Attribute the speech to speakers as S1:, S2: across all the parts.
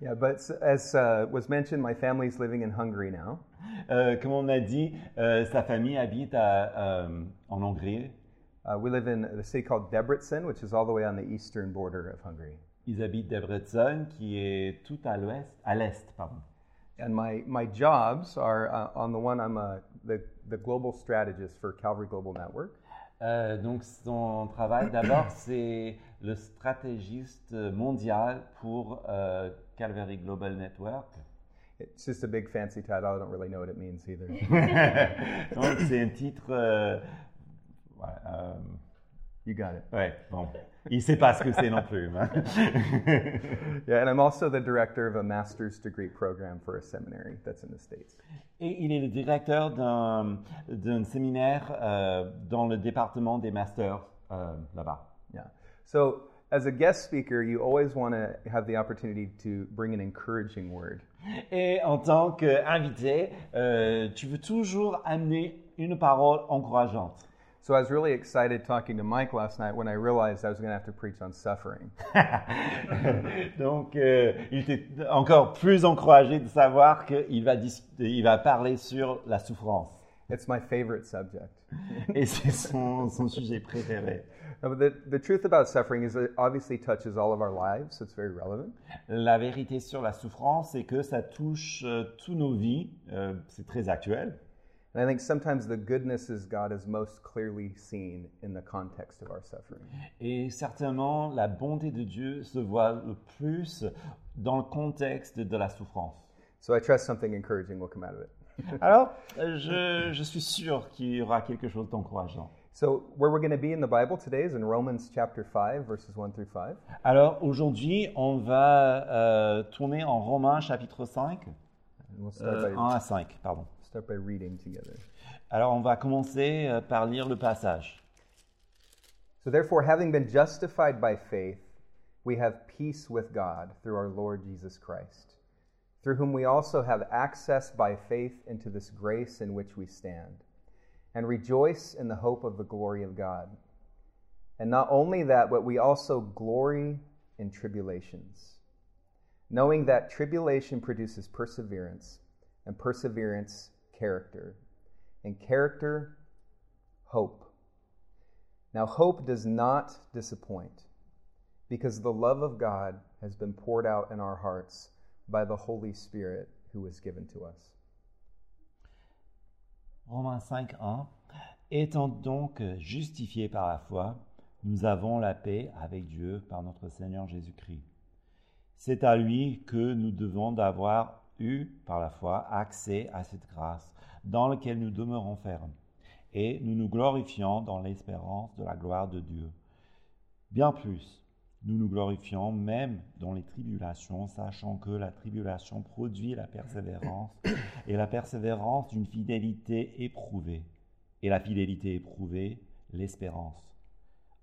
S1: Yeah, but s- as uh, was mentioned, my family's living in Hungary now.
S2: Euh, comme on a dit, euh, sa famille habite à, euh, en Hongrie.
S1: Uh, we live in a city called Debrecen, which is all the way on the eastern border of Hungary.
S2: Ils habitent Debrecen, qui est tout à l'ouest, à l'est, pardon.
S1: And my, my jobs are uh, on the one, I'm a, the, the global strategist for Calvary Global Network.
S2: Euh, donc son travail d'abord, c'est le stratégiste mondial pour euh, Calvary Global Network.
S1: It's just a big fancy title. I don't really know what it means either.
S2: donc c'est un titre, euh, ouais, euh,
S1: You got it.
S2: ouais, bon, il sait pas ce que c'est non plus. hein.
S1: Yeah, and I'm also the director of a master's degree program for a seminary that's in the States.
S2: Et il est le directeur d'un d'un séminaire euh, dans le département des masters euh, là-bas.
S1: Yeah. So, as a guest speaker, you always want to have the opportunity to bring an encouraging word.
S2: Et en tant qu'invité, euh, tu veux toujours amener une parole encourageante.
S1: So, I was really excited talking to Mike last night when I realized I was going to have to preach on suffering.
S2: Donc, euh, il était encore plus encouragé de savoir qu'il va, dis- il va parler sur la souffrance.
S1: It's my favorite subject.
S2: Et c'est son, son sujet préféré.
S1: No, but the, the truth about suffering is it obviously touches all of our lives, so it's very relevant.
S2: La vérité sur la souffrance, c'est que ça touche euh, tous nos vies. Euh, c'est très actuel.
S1: And I think sometimes the goodnesses God is most clearly seen in the context of our suffering.
S2: Et certainement, la bonté de Dieu se voit le plus dans le contexte de la souffrance.
S1: So, I trust something encouraging will come out of it.
S2: Alors, euh, je, je suis sûr qu'il y aura quelque chose d'encourageant.
S1: So, where we're going to be in the Bible today is in Romans chapter 5, verses 1 through 5.
S2: Alors aujourd'hui, on va euh, tourner en Romains chapitre 5,
S1: And we'll start,
S2: euh,
S1: by,
S2: 1 à 5, pardon.
S1: start by reading together.
S2: Alors on va commencer euh, par lire le passage.
S1: So, therefore, having been justified by faith, we have peace with God through our Lord Jesus Christ, through whom we also have access by faith into this grace in which we stand, and rejoice in the hope of the glory of God. And not only that, but we also glory in tribulations, knowing that tribulation produces perseverance, and perseverance, character, and character, hope. Now, hope does not disappoint because the love of God has been poured out in our hearts by the Holy Spirit who was given to us.
S2: Romains 5, 1. Étant donc justifiés par la foi, nous avons la paix avec Dieu par notre Seigneur Jésus-Christ. C'est à lui que nous devons d'avoir eu par la foi accès à cette grâce dans laquelle nous demeurons fermes et nous nous glorifions dans l'espérance de la gloire de Dieu. Bien plus, nous nous glorifions même dans les tribulations, sachant que la tribulation produit la persévérance, et la persévérance d'une fidélité éprouvée, et la fidélité éprouvée, l'espérance.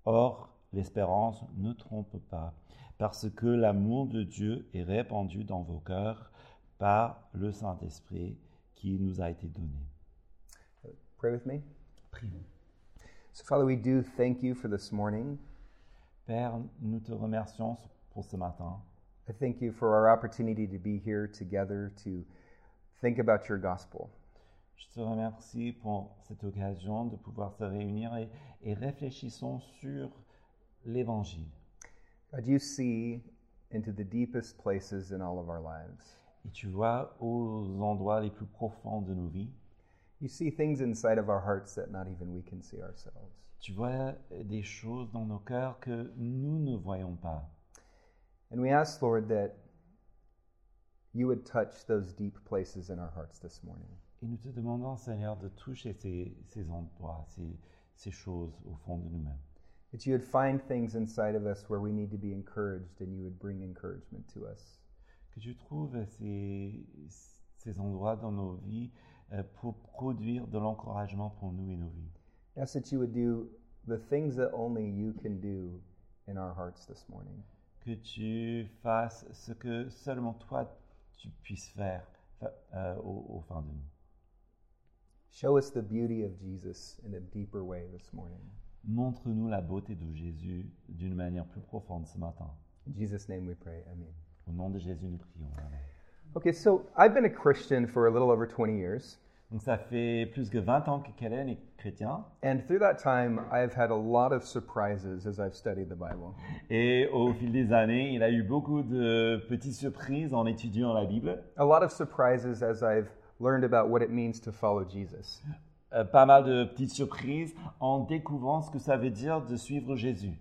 S2: Or, l'espérance ne trompe pas, parce que l'amour de Dieu est répandu dans vos cœurs par le Saint-Esprit qui nous a été donné.
S1: Pray with me. So, Father, we do thank you for this morning.
S2: Père, nous te remercions pour ce matin.
S1: I thank you for our opportunity to be here together to think about your gospel.
S2: Je te remercie pour cette occasion de pouvoir se réunir et, et réfléchissons sur l'Évangile.
S1: God, you see into the deepest places in all of our lives.
S2: Et tu vois, aux endroits les plus profonds de nos vies,
S1: You see things inside of our hearts that not even we can see ourselves.
S2: tu vois des choses dans nos cœurs que nous ne voyons pas.
S1: And we ask, Lord, that you would touch those deep places in our hearts this morning.
S2: Et nous te demandons, Seigneur, de toucher ces, ces endroits, ces, ces choses au fond de nous-mêmes.
S1: That you would find things inside of us where we need to be encouraged and you would bring encouragement to us.
S2: Que tu trouves ces, ces endroits dans nos vies euh, pour produire de l'encouragement pour nous et nos vies.
S1: I ask that you would do the things that only you can do in our hearts this morning.
S2: que tu fasses ce que seulement toi tu puisses faire fa- euh, au, au fin de nous.
S1: Show us the beauty of Jesus in a deeper way this morning.
S2: Montre-nous la beauté de Jésus d'une manière plus profonde ce matin.
S1: In Jesus' name we pray. Amen.
S2: Au nom de Jésus, nous prions. Amen.
S1: Okay, so I've been a Christian for a little over 20 years,
S2: Donc ça fait plus de 20 ans que Kellen est chrétien.
S1: and through that time, I've had a lot of surprises as I've studied the Bible.
S2: Et au fil des années, il a eu beaucoup de petites surprises en étudiant la Bible.
S1: A lot of surprises as I've learned about what it means to follow Jesus.
S2: Euh, pas mal de petites surprises en découvrant ce que ça veut dire de suivre Jésus.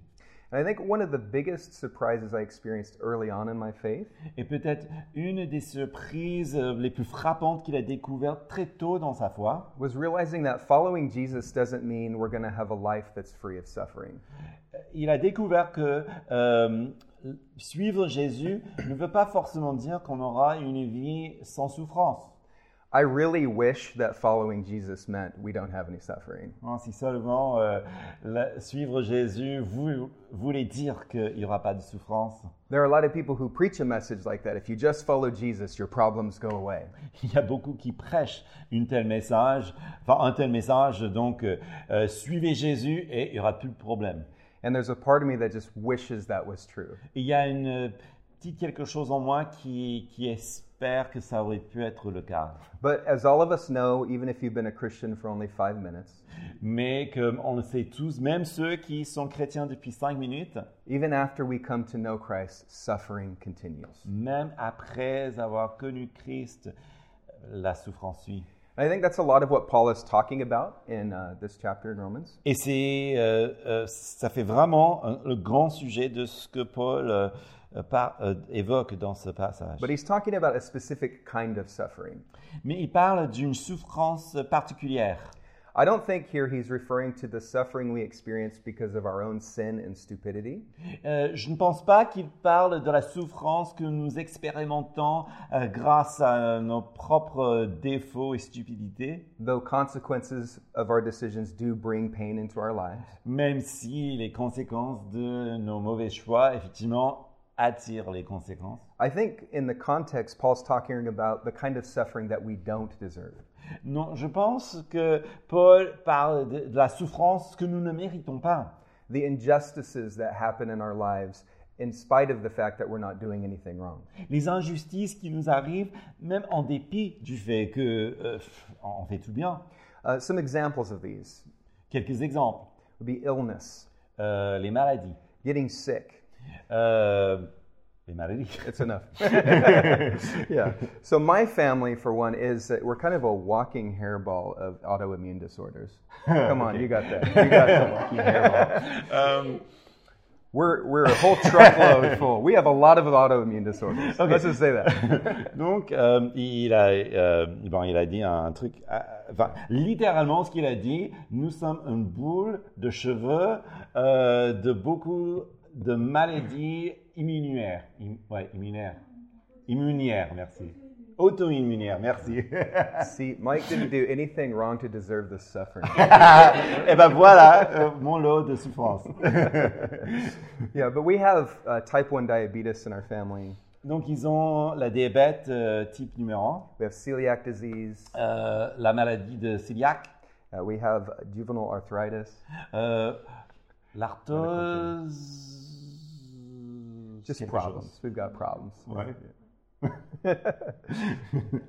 S1: And I think one of the biggest surprises I experienced early on in my faith
S2: Et peut-être une des surprises euh, les plus frappantes qu'il a découvertes très tôt dans sa foi,
S1: was realizing that following Jesus doesn't mean we're going to have a life that's free of suffering.
S2: il a découvert que euh, suivre Jésus ne veut pas forcément dire qu'on aura une vie sans souffrance.
S1: I really wish that following Jesus meant we don't have any suffering.
S2: Hein, si seulement euh, la- suivre Jésus vou- voulait dire qu'il n'y aura pas de souffrance.
S1: There are a lot of people who preach a message like that. If you just follow Jesus, your problems go away.
S2: Il y a beaucoup qui prêchent une telle message, enfin un tel message, donc euh, euh, suivez Jésus et il n'y aura plus de problème.
S1: And there's a part of me that just wishes that was true.
S2: Et il y a une euh, petite quelque chose en moi qui, qui espère que ça aurait pu être le cas.
S1: But as all of us know, even if you've been a Christian for only five minutes,
S2: Mais comme on le sait tous, même ceux qui sont chrétiens depuis cinq minutes,
S1: even after we come to know Christ, suffering continues.
S2: même après avoir connu Christ, la souffrance suit.
S1: I think that's a lot of what Paul is talking about in uh, this chapter in Romans.
S2: Et c'est, euh, euh, ça fait vraiment un- le grand sujet de ce que Paul euh, euh, par- euh, évoque dans ce passage.
S1: But he's talking about a specific kind of suffering.
S2: Mais il parle d'une souffrance particulière.
S1: I don't think here he's referring to the suffering we experience because of our own sin and stupidity.
S2: Euh, je ne pense pas qu'il parle de la souffrance que nous expérimentons euh, grâce à nos propres défauts et stupidités,
S1: Though consequences of our decisions do bring pain into our lives,
S2: même si les conséquences de nos mauvais choix, effectivement, attirent les conséquences.
S1: I think in the context, Paul's talking about the kind of suffering that we don't deserve.
S2: Non, je pense que Paul parle de, de la souffrance que nous ne méritons pas,
S1: The injustices that happen in our lives in spite of the fact that we're not doing anything wrong.
S2: les injustices qui nous arrivent, même en dépit du fait que euh, pff, on fait tout bien.
S1: Uh, some examples of these
S2: Quelques exemples
S1: would be illness,
S2: Euh, les maladies.
S1: getting sick.
S2: Euh, les maladies.
S1: It's enough. yeah. So my family, for one, is that we're kind of a walking hairball of autoimmune disorders. Come on, you got that. You got the walking hairball. We're we're a whole truckload full. We have a lot of autoimmune disorders. Let's just say that.
S2: Donc, euh, il, a, euh, bon, il a dit un truc. euh, enfin, littéralement, ce qu'il a dit, nous sommes une boule de cheveux euh, de beaucoup de maladies immunitaires. Im- ouais, immunitaires. Immunières, merci. Auto-immunières, merci.
S1: See, Mike didn't do anything wrong to deserve this suffering.
S2: Et ben voilà euh, mon lot de souffrance.
S1: Yeah, but we have uh, type one diabetes in our family.
S2: Donc, ils ont la diabète euh, type numéro 1,
S1: We have celiac disease.
S2: euh, la maladie de celiac,
S1: Uh, we have juvenile arthritis.
S2: Euh, L'arthrose.
S1: Just
S2: quelque
S1: problems.
S2: chose.
S1: We've got problems.
S2: Ouais.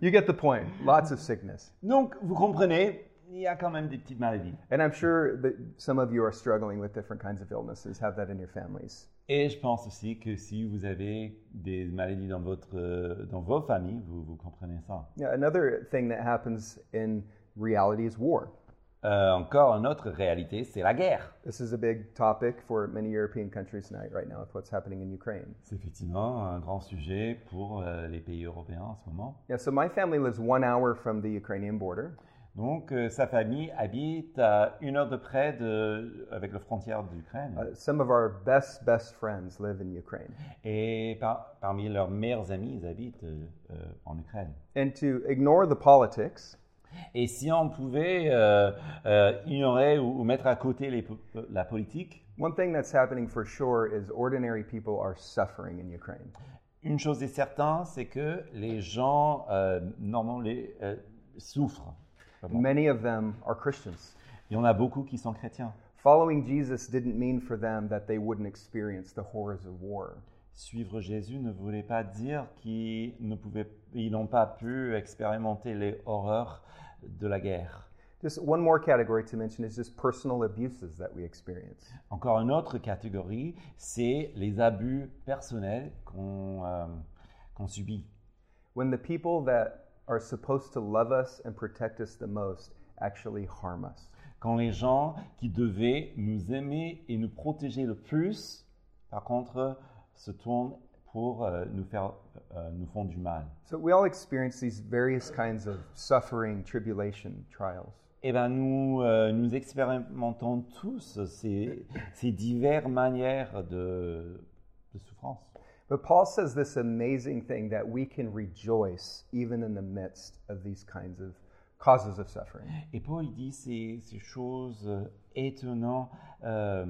S1: You get the point. Lots of sickness.
S2: Donc, vous comprenez, il y a quand même des petites maladies.
S1: And I'm sure that some of you are struggling with different kinds of illnesses, have that in your families.
S2: Et je pense aussi que si vous avez des maladies dans, votre, euh, dans vos familles, vous, vous comprenez ça.
S1: Yeah, another thing that happens in reality is war.
S2: Euh, encore une autre réalité, c'est la guerre.
S1: This is a big topic for many European countries tonight, right now, with what's happening in Ukraine.
S2: C'est effectivement un grand sujet pour euh, les pays européens en ce moment.
S1: Yeah, so my family lives one hour from the Ukrainian border,
S2: Donc, euh, sa famille habite à une heure de près de, avec la frontière d'Ukraine.
S1: Uh, some of our best, best friends live in Ukraine.
S2: Et par- parmi leurs meilleurs amis, ils habitent euh, euh, en Ukraine.
S1: And to ignore the politics,
S2: Et si on pouvait euh, euh, ignorer ou, ou mettre à côté les po- la politique,
S1: one thing that's happening for sure is ordinary people are suffering in Ukraine.
S2: une chose est certaine, c'est que les gens euh, normalement les, euh, souffrent. Pardon.
S1: Many of them are Christians.
S2: Il y en a beaucoup qui sont chrétiens.
S1: Following Jesus didn't mean for them that they wouldn't experience the horrors of war.
S2: Suivre Jésus ne voulait pas dire qu'ils ne pouvaient, ils n'ont pas pu expérimenter les horreurs de la guerre.
S1: Just one more category to mention is just personal abuses that we experience.
S2: Encore une autre catégorie, c'est les abus personnels qu'on euh, qu'on subit.
S1: When the people that are supposed to love us and protect us the most actually harm us.
S2: Quand les gens qui devaient nous aimer et nous protéger le plus, par contre, se tournent pour euh, nous faire, euh, nous font du mal.
S1: So we all experience these various kinds of suffering, tribulation, trials.
S2: Eh ben nous, euh, nous expérimentons tous ces, ces diverses manières de, de souffrance.
S1: But Paul says this amazing thing that we can rejoice even in the midst of these kinds of causes of suffering.
S2: Et Paul dit ces, ces choses euh, étonnantes euh,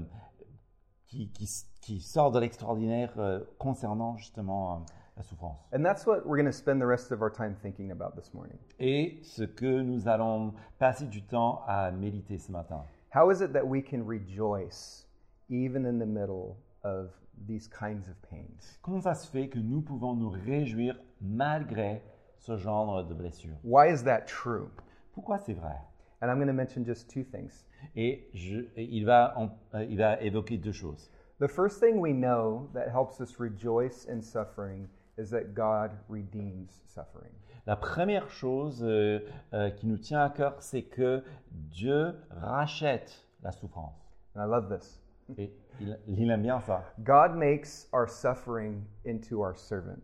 S2: qui, qui, qui sortent de l'extraordinaire euh, concernant justement euh, la souffrance.
S1: And that's what we're going to spend the rest of our time thinking about this morning.
S2: Et ce que nous allons passer du temps à méditer ce matin.
S1: How is it that we can rejoice even in the middle of these kinds of pains?
S2: Comment ça se fait que nous pouvons nous réjouir malgré ce genre de blessures
S1: Why is that true?
S2: Pourquoi c'est vrai
S1: And I'm going to mention just two things.
S2: Et je- et il, va en- euh, il va évoquer deux choses.
S1: The first thing we know that helps us rejoice in suffering is that God redeems suffering.
S2: La première chose euh, euh, qui nous tient à cœur, c'est que Dieu rachète la souffrance.
S1: And I love this.
S2: Et il, il aime bien ça.
S1: God makes our suffering into our servant.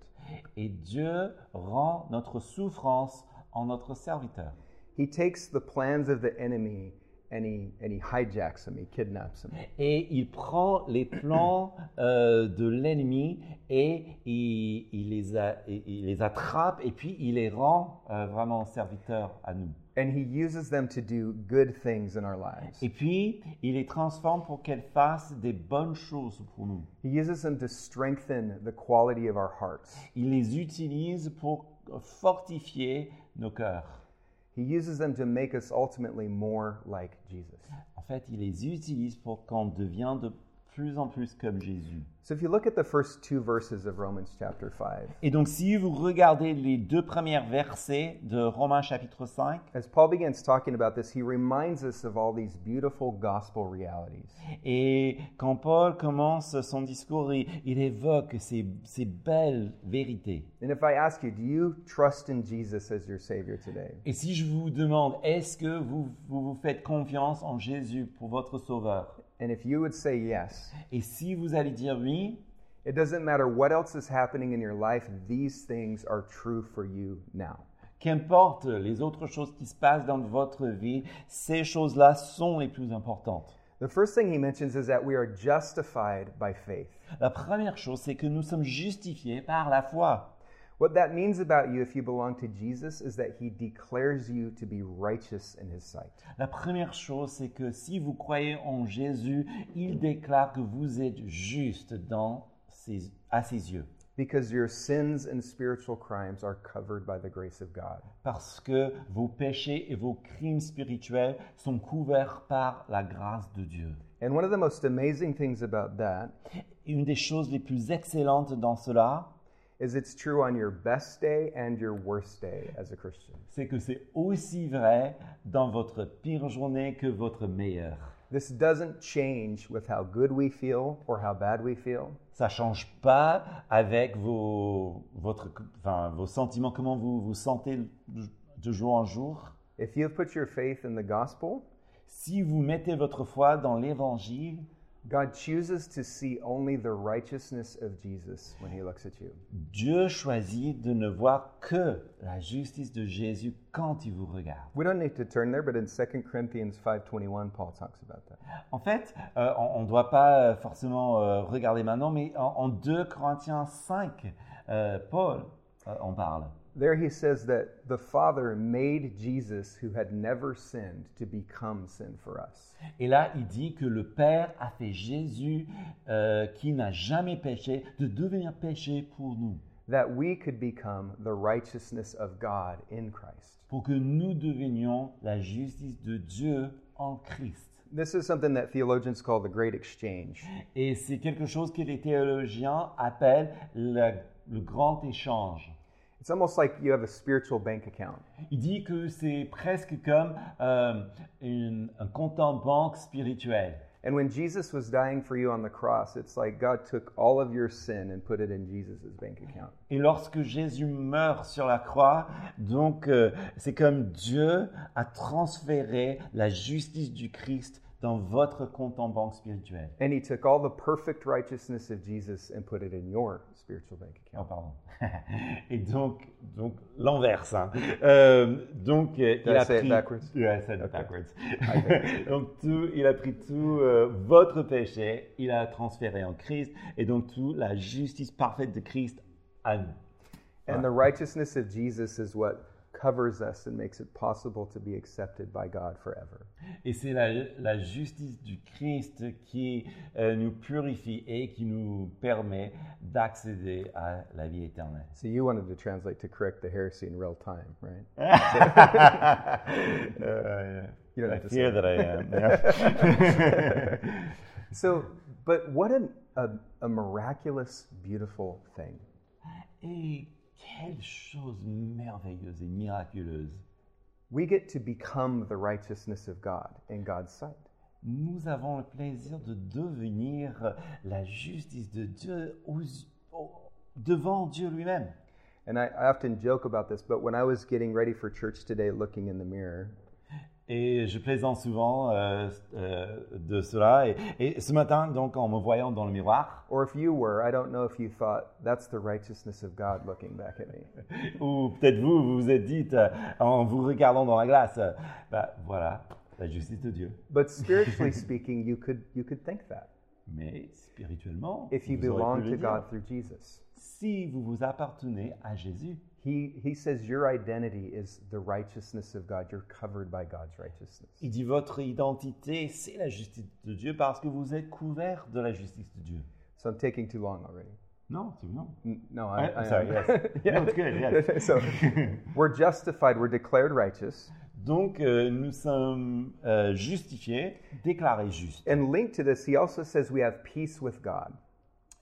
S2: Et Dieu rend notre souffrance en notre serviteur.
S1: He takes the plans of the enemy and he, and he hijacks him, he kidnaps him.
S2: Et il prend les plans euh, de l'ennemi et il, il les a- et- il les attrape et puis il les rend euh, vraiment serviteurs à nous.
S1: And he uses them to do good things in our lives.
S2: Et puis il les transforme pour qu'elles fassent des bonnes choses pour nous.
S1: He uses them to strengthen the quality of our hearts.
S2: Il les utilise pour fortifier nos cœurs.
S1: He uses them to make us ultimately more like Jesus.
S2: En fait, il les utilise pour qu'on devienne de plus en plus comme Jésus.
S1: So if you look at the first two verses of Romans chapter 5,
S2: Et donc, si vous regardez les deux premiers versets de Romains chapitre 5,
S1: as Paul begins talking about this, he reminds us of all these beautiful gospel realities.
S2: et quand Paul commence son discours, il, il évoque ces, ces belles vérités.
S1: And if I ask you, do you trust in Jesus as your Savior today?
S2: Et si je vous demande, est-ce que vous, vous vous faites confiance en Jésus pour votre sauveur
S1: And if you would say yes,
S2: Et si vous allez dire oui,
S1: it doesn't matter what else is happening in your life, these things are true for you now.
S2: Qu'importe les autres choses qui se passent dans votre vie, ces choses-là sont les plus importantes.
S1: The first thing he mentions is that we are justified by faith.
S2: La première chose, c'est que nous sommes justifiés par la foi.
S1: What that means about you if you belong to Jesus is that he declares you to be righteous in his sight.
S2: La première chose, c'est que si vous croyez en Jésus, il déclare que vous êtes juste dans ses- à ses yeux.
S1: Because your sins and spiritual crimes are covered by the grace of God.
S2: Parce que vos péchés et vos crimes spirituels sont couverts par la grâce de Dieu.
S1: And one of the most amazing things about that
S2: Et une des choses les plus excellentes dans cela,
S1: is it's true on your best day and your worst day as a Christian.
S2: c'est que c'est aussi vrai dans votre pire journée que votre meilleure.
S1: This doesn't change with how good we feel or how bad we feel.
S2: Ça change pas avec vos, votre, enfin, vos sentiments, comment vous vous sentez de jour en jour.
S1: If you've put your faith in the gospel,
S2: Si vous mettez votre foi dans l'évangile,
S1: God chooses to see only the righteousness of Jesus when he looks at you.
S2: Dieu choisit de ne voir que la justice de Jésus quand il vous regarde.
S1: We don't need to turn there, but in 2 Corinthians 5:21 Paul talks about that.
S2: En fait, euh, on ne doit pas euh, forcément euh, regarder maintenant, mais en, en 2 Corinthiens 5, euh, Paul euh, en parle.
S1: There he says that the Father made Jesus who had never sinned to become sin for us.
S2: Et là, il dit que le Père a fait Jésus, euh, qui n'a jamais péché, de devenir péché pour nous,
S1: that we could become the righteousness of God in Christ.
S2: pour que nous devenions la justice de Dieu en Christ.
S1: This is something that theologians call the great exchange.
S2: Et c'est quelque chose que les théologiens appellent le, le grand échange.
S1: It's almost like you have a spiritual bank account.
S2: Il dit que c'est presque comme euh, une- un compte en banque spirituel.
S1: And when Jesus was dying for you on the cross, it's like God took all of your sin and put it in Jesus' bank account.
S2: Et lorsque Jésus meurt sur la croix, donc euh, c'est comme Dieu a transféré la justice du Christ dans votre compte en banque spirituel.
S1: And he took all the perfect righteousness of Jesus and put it in your spiritual bank
S2: Oh,
S1: account.
S2: pardon. Et donc, donc l'inverse. hein. Euh, donc, euh, il
S1: I
S2: a
S1: say it
S2: pris.
S1: backwards?
S2: Yeah, I said it
S1: Okay.
S2: backwards.
S1: I think-
S2: donc, tout, il a pris tout euh, votre péché, il a transféré en Christ, et donc tout la justice parfaite de Christ à nous.
S1: And the righteousness of Jesus is what covers us and makes it possible to be accepted by God forever.
S2: Et c'est la, la justice du Christ qui euh, nous purifie et qui nous permet d'accéder à la vie éternelle.
S1: So you wanted to translate to correct the heresy in real time, right?
S2: Euh,
S1: You don't
S2: I
S1: have to say
S2: fear that I am, yeah.
S1: So, but what an, a, a miraculous, beautiful thing.
S2: et quelle chose merveilleuse et miraculeuse.
S1: We get to become the righteousness of God in God's sight.
S2: Nous avons le plaisir de devenir la justice de Dieu aux- au- devant Dieu lui-même.
S1: And I, I often joke about this, but when I was getting ready for church today, looking in the mirror,
S2: Et je plaisante souvent euh, euh, de cela. Et, et ce matin, donc, en me voyant dans le miroir,
S1: or if you were, I don't know if you thought, that's the righteousness of God looking back at me.
S2: ou peut-être vous, vous vous êtes dit, euh, en vous regardant dans la glace, euh, bah, voilà, la justice de Dieu.
S1: But spiritually speaking, you could, you could think that
S2: Mais spirituellement,
S1: if you
S2: vous aurez
S1: belong
S2: pu le
S1: to
S2: dire.
S1: God through Jesus.
S2: si vous vous appartenez à Jésus,
S1: He, he says your identity is the righteousness of God. You're covered by God's righteousness.
S2: il dit votre identité, c'est la justice de Dieu parce que vous êtes couvert de la justice de Dieu.
S1: So I'm taking too long already.
S2: Non, c'est non.
S1: N- No, I,
S2: I'm sorry, yes. No, it's good, yes.
S1: so we're justified. We're declared righteous.
S2: Donc, euh, nous sommes euh, justifiés, déclarés justes.
S1: And linked to this, he also says we have peace with God.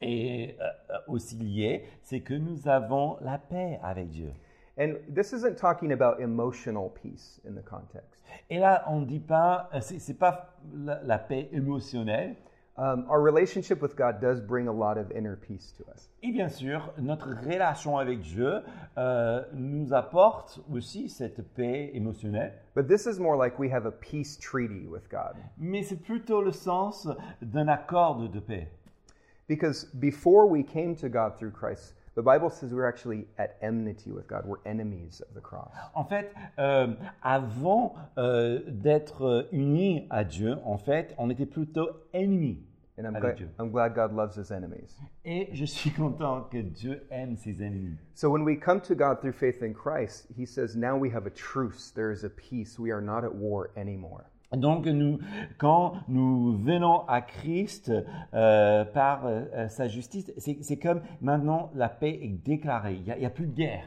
S2: Et euh, euh, aussi lié, c'est que nous avons la paix avec Dieu.
S1: And this isn't talking about emotional peace in the context.
S2: Et là, on ne dit pas, euh, c'est c'est pas la, la paix émotionnelle.
S1: Um, our relationship with God does bring a lot of inner peace to us.
S2: Et bien sûr, notre relation avec Dieu euh, nous apporte aussi cette paix émotionnelle.
S1: But this is more like we have a peace treaty with God.
S2: Mais c'est plutôt le sens d'un accord de- de paix.
S1: Because before we came to God through Christ, the Bible says we're actually at enmity with God. We're enemies of the cross.
S2: En fait, euh, avant euh, d'être unis à Dieu, en fait, on était plutôt ennemis
S1: And I'm,
S2: avec
S1: glad,
S2: Dieu.
S1: I'm glad God loves his enemies.
S2: Et je suis content que Dieu aime ses ennemis.
S1: So when we come to God through faith in Christ, he says, now we have a truce. There is a peace. We are not at war anymore.
S2: Donc, nous, quand nous venons à Christ euh, par euh, euh, sa justice, c'est c'est comme maintenant la paix est déclarée. Il n'y a, il y a plus de guerre.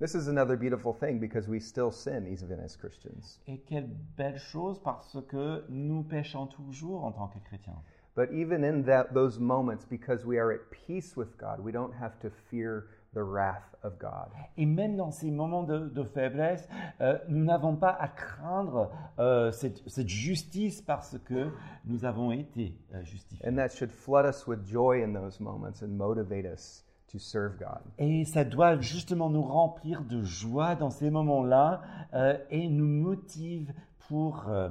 S1: This is another beautiful thing because we still sin, even as Christians.
S2: Et quelle belle chose parce que nous péchons toujours en tant que chrétiens.
S1: But even in that, those moments, because we are at peace with God, we don't have to fear the wrath of God.
S2: Et même dans ces moments de, de faiblesse, euh, nous n'avons pas à craindre euh, cette, cette justice parce que nous avons été euh, justifiés.
S1: And that should flood us with joy in those moments and motivate us to serve God.
S2: Et ça doit justement nous remplir de joie dans ces moments-là euh, et nous motive pour euh,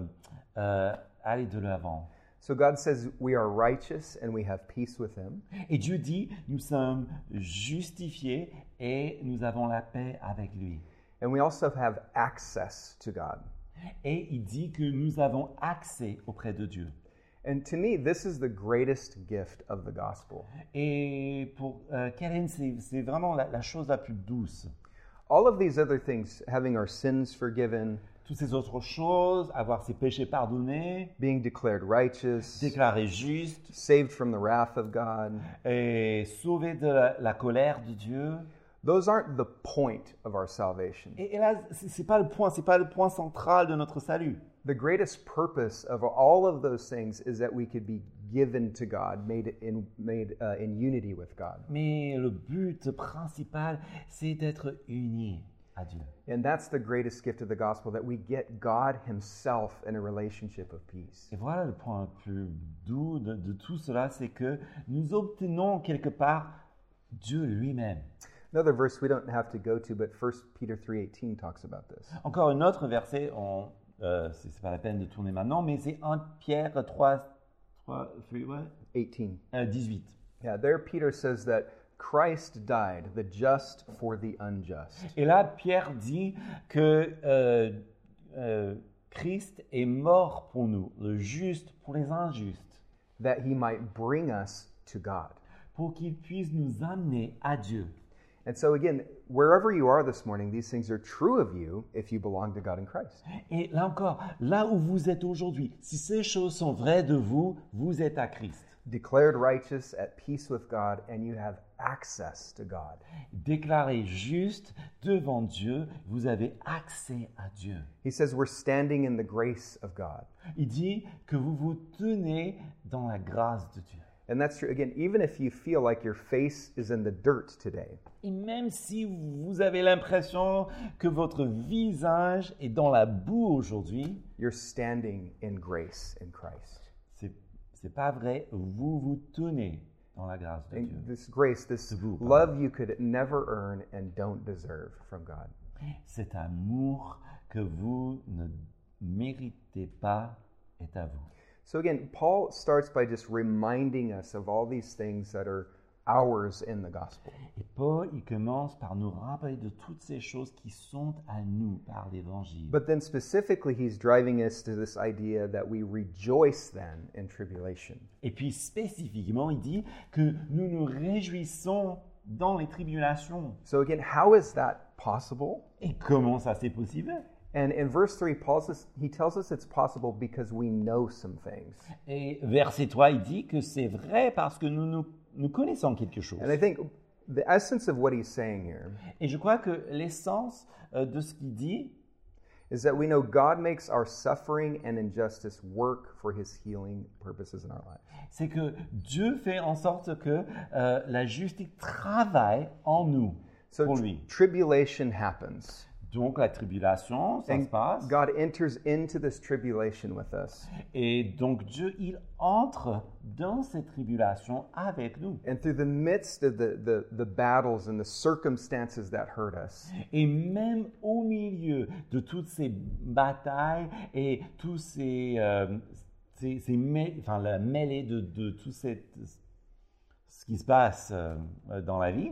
S2: euh, aller de l'avant.
S1: So God says we are righteous and we have peace with Him.
S2: Et Dieu dit, nous sommes justifiés et nous avons la paix avec lui.
S1: And we also have access to God.
S2: Et il dit que nous avons accès auprès de Dieu.
S1: And to me, this is the greatest gift of the gospel.
S2: Et pour euh, Karen, c'est c'est vraiment la, la chose la plus douce.
S1: All of these other things, having our sins forgiven,
S2: Toutes ces autres choses, avoir ses péchés pardonnés,
S1: being declared righteous,
S2: déclarés justes
S1: saved from the wrath of God,
S2: et sauvés de la- la colère de Dieu.
S1: Those aren't the point of our salvation.
S2: Et, et là, c'est c'est pas le point, c'est pas le point central de notre salut.
S1: The greatest purpose of all of those things is that we could be given to God, made in, made, uh, in unity with God.
S2: Mais le but principal, c'est d'être unis à Dieu.
S1: And that's the greatest gift of the gospel that we get God Himself in a relationship of peace.
S2: Et voilà le point le plus doux de, de tout cela, c'est que nous obtenons quelque part Dieu lui-même.
S1: Another verse we don't have to go to, but 1 Peter 3.18 talks about this.
S2: Encore un autre verset, on, euh, c'est c'est pas la peine de tourner maintenant, mais c'est 1 Pierre 3, 3 3, ouais,
S1: 18.
S2: euh, 18.
S1: Yeah, there Peter says that Christ died, the just for the unjust.
S2: Et là, Pierre dit que euh, euh, Christ est mort pour nous, le juste pour les injustes,
S1: that he might bring us to God.
S2: pour qu'il puisse nous amener à Dieu.
S1: And so, again, wherever you are this morning, these things are true of you if you belong to God in Christ.
S2: Et là encore, là où vous êtes aujourd'hui, si ces choses sont vraies de vous, vous êtes à Christ.
S1: Declared righteous, at peace with God, and you have access to God.
S2: Déclaré juste devant Dieu, vous avez accès à Dieu.
S1: He says we're standing in the grace of God.
S2: Il dit que vous vous tenez dans la grâce de Dieu.
S1: And that's true, again, even if you feel like your face is in the dirt today,
S2: Et même si vous avez l'impression que votre visage est dans la boue aujourd'hui,
S1: you're standing in grace in Christ.
S2: c'est c'est pas vrai. Vous vous tenez dans la grâce de Dieu.
S1: And this grace, this
S2: Debout, pardon.
S1: love you could never earn and don't deserve from God.
S2: Cet amour que vous ne méritez pas est à vous.
S1: So again, Paul starts by just reminding us of all these things that are ours in the gospel.
S2: Et Paul, il commence par nous rappeler de toutes ces choses qui sont à nous par l'Évangile.
S1: But then specifically, he's driving us to this idea that we rejoice then in tribulation.
S2: Et puis spécifiquement, il dit que nous nous réjouissons dans les tribulations.
S1: So again, how is that possible?
S2: Et comment ça c'est possible
S1: And in verse three, Paul says, he tells us it's possible because we know some things.
S2: Et verset 3, il dit que c'est vrai parce que nous, nous, nous connaissons quelque chose.
S1: And I think the essence of what he's saying here
S2: Et je crois que l'essence euh, de ce qu'il dit,
S1: is that we know God makes our suffering and injustice work for his healing purposes in our life.
S2: c'est que Dieu fait en sorte que euh, la justice travaille en nous,
S1: So
S2: pour
S1: tr-
S2: lui.
S1: tribulation happens.
S2: Donc la tribulation, ça se passe.
S1: God enters into this tribulation with us.
S2: Et donc Dieu, il entre dans cette tribulation avec nous.
S1: And through the midst of the, the, the battles and the circumstances that hurt us,
S2: Et même au milieu de toutes ces batailles et tous ces, euh, ces- ces mê- enfin, la mêlée de, de tout cette- ce qui se passe euh, dans la vie,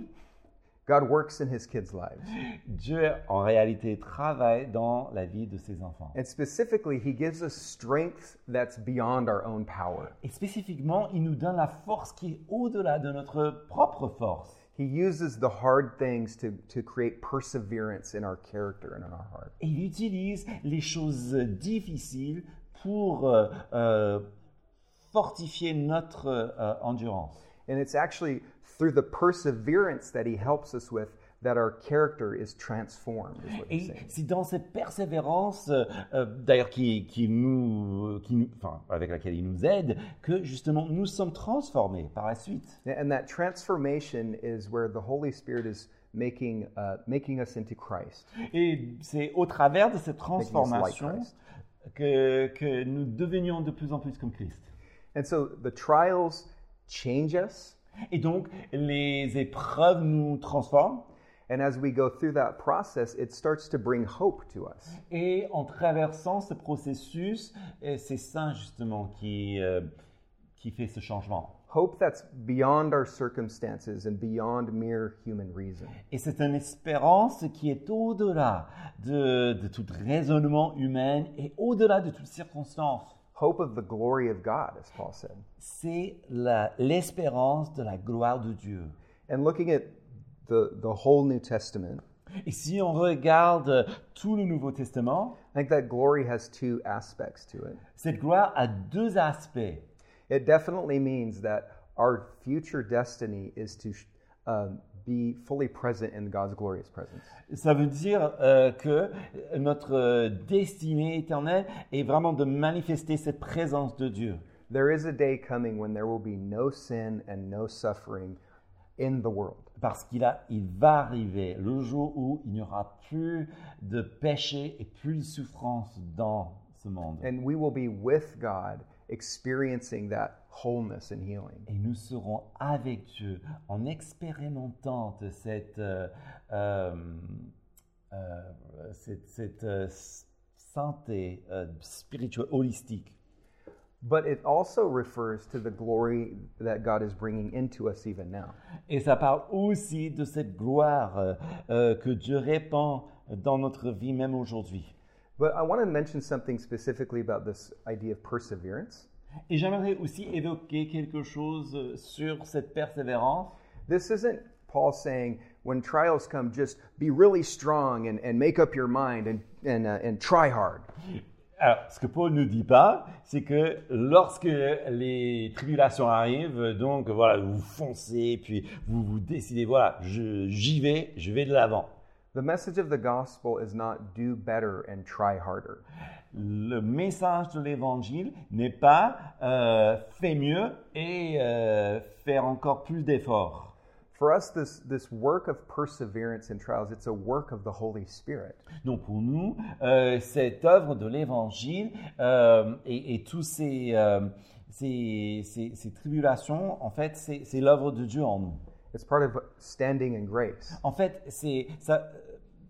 S1: God works in his kids' lives.
S2: Dieu en réalité travaille dans la vie de ses enfants.
S1: And specifically, he gives us strength that's beyond our own power.
S2: Et spécifiquement, il nous donne la force qui est au-delà de notre propre force.
S1: He uses the hard things to, to create perseverance in our character and in our heart.
S2: Et il utilise les choses difficiles pour euh, euh, fortifier notre euh, endurance.
S1: And it's actually through the perseverance that he helps us with that our character is transformed, is what he's
S2: Et
S1: saying.
S2: c'est dans cette persévérance, euh, euh, d'ailleurs, qui, qui nous, qui nous- enfin, avec laquelle il nous aide, que justement nous sommes transformés par la suite.
S1: And that transformation is where the Holy Spirit is making, uh, making us into Christ.
S2: Et c'est au travers de cette
S1: us like
S2: transformation
S1: Christ.
S2: que, que nous devenions de plus en plus comme Christ.
S1: And so the trials change us.
S2: Et donc, les épreuves nous transforment.
S1: And as we go through that process, it starts to bring hope to us.
S2: Et en traversant ce processus, euh, c'est ça justement qui, euh, qui fait ce changement.
S1: Hope that's beyond our circumstances and beyond mere human reason.
S2: Et c'est une espérance qui est au-delà de, de tout raisonnement humain et au-delà de toute circonstance.
S1: Hope of the glory of God, as Paul said.
S2: C'est la- l'espérance de la gloire de Dieu.
S1: And looking at the, the whole New Testament,
S2: Et si on regarde tout le Nouveau Testament,
S1: I think that glory has two aspects to it.
S2: cette gloire a deux aspects.
S1: It definitely means that our future destiny is to um, be fully present in God's glorious presence.
S2: Ça veut dire euh, que notre euh, destinée éternelle est vraiment de manifester cette présence de Dieu.
S1: There is a day coming when there will be no sin and no suffering in the world.
S2: Parce qu'il a, il va arriver le jour où il n'y aura plus de péché et plus de souffrance dans ce monde.
S1: And we will be with God experiencing that wholeness and healing.
S2: Et nous serons avec Dieu en expérimentant de cette, euh, euh, euh, cette, cette, euh, s- santé euh, spirituelle holistique.
S1: But it also refers to the glory that God is bringing into us even now.
S2: Et ça parle aussi de cette gloire euh, euh, que Dieu répand dans notre vie même aujourd'hui.
S1: But I want to mention something specifically about this idea of perseverance.
S2: Et j'aimerais aussi évoquer quelque chose euh, sur cette persévérance.
S1: This isn't Paul saying, when trials come, just be really strong and, and make up your mind and, and, uh, and try hard.
S2: Alors, ce que Paul ne dit pas, c'est que lorsque les tribulations arrivent, donc voilà, vous foncez, puis vous vous décidez, voilà, je- j'y vais, je vais de l'avant.
S1: The message of the gospel is not do better and try harder.
S2: Le message de l'évangile n'est pas euh, fais mieux et euh, faire encore plus d'efforts.
S1: For us, this, this work of perseverance in trials, it's a work of the Holy Spirit.
S2: Donc pour nous, euh, cette œuvre de l'Évangile euh, et, et tous ces, euh, ces, ces- ces tribulations, en fait, c'est c'est l'œuvre de Dieu en nous.
S1: It's part of standing in grace.
S2: En fait, c'est ça,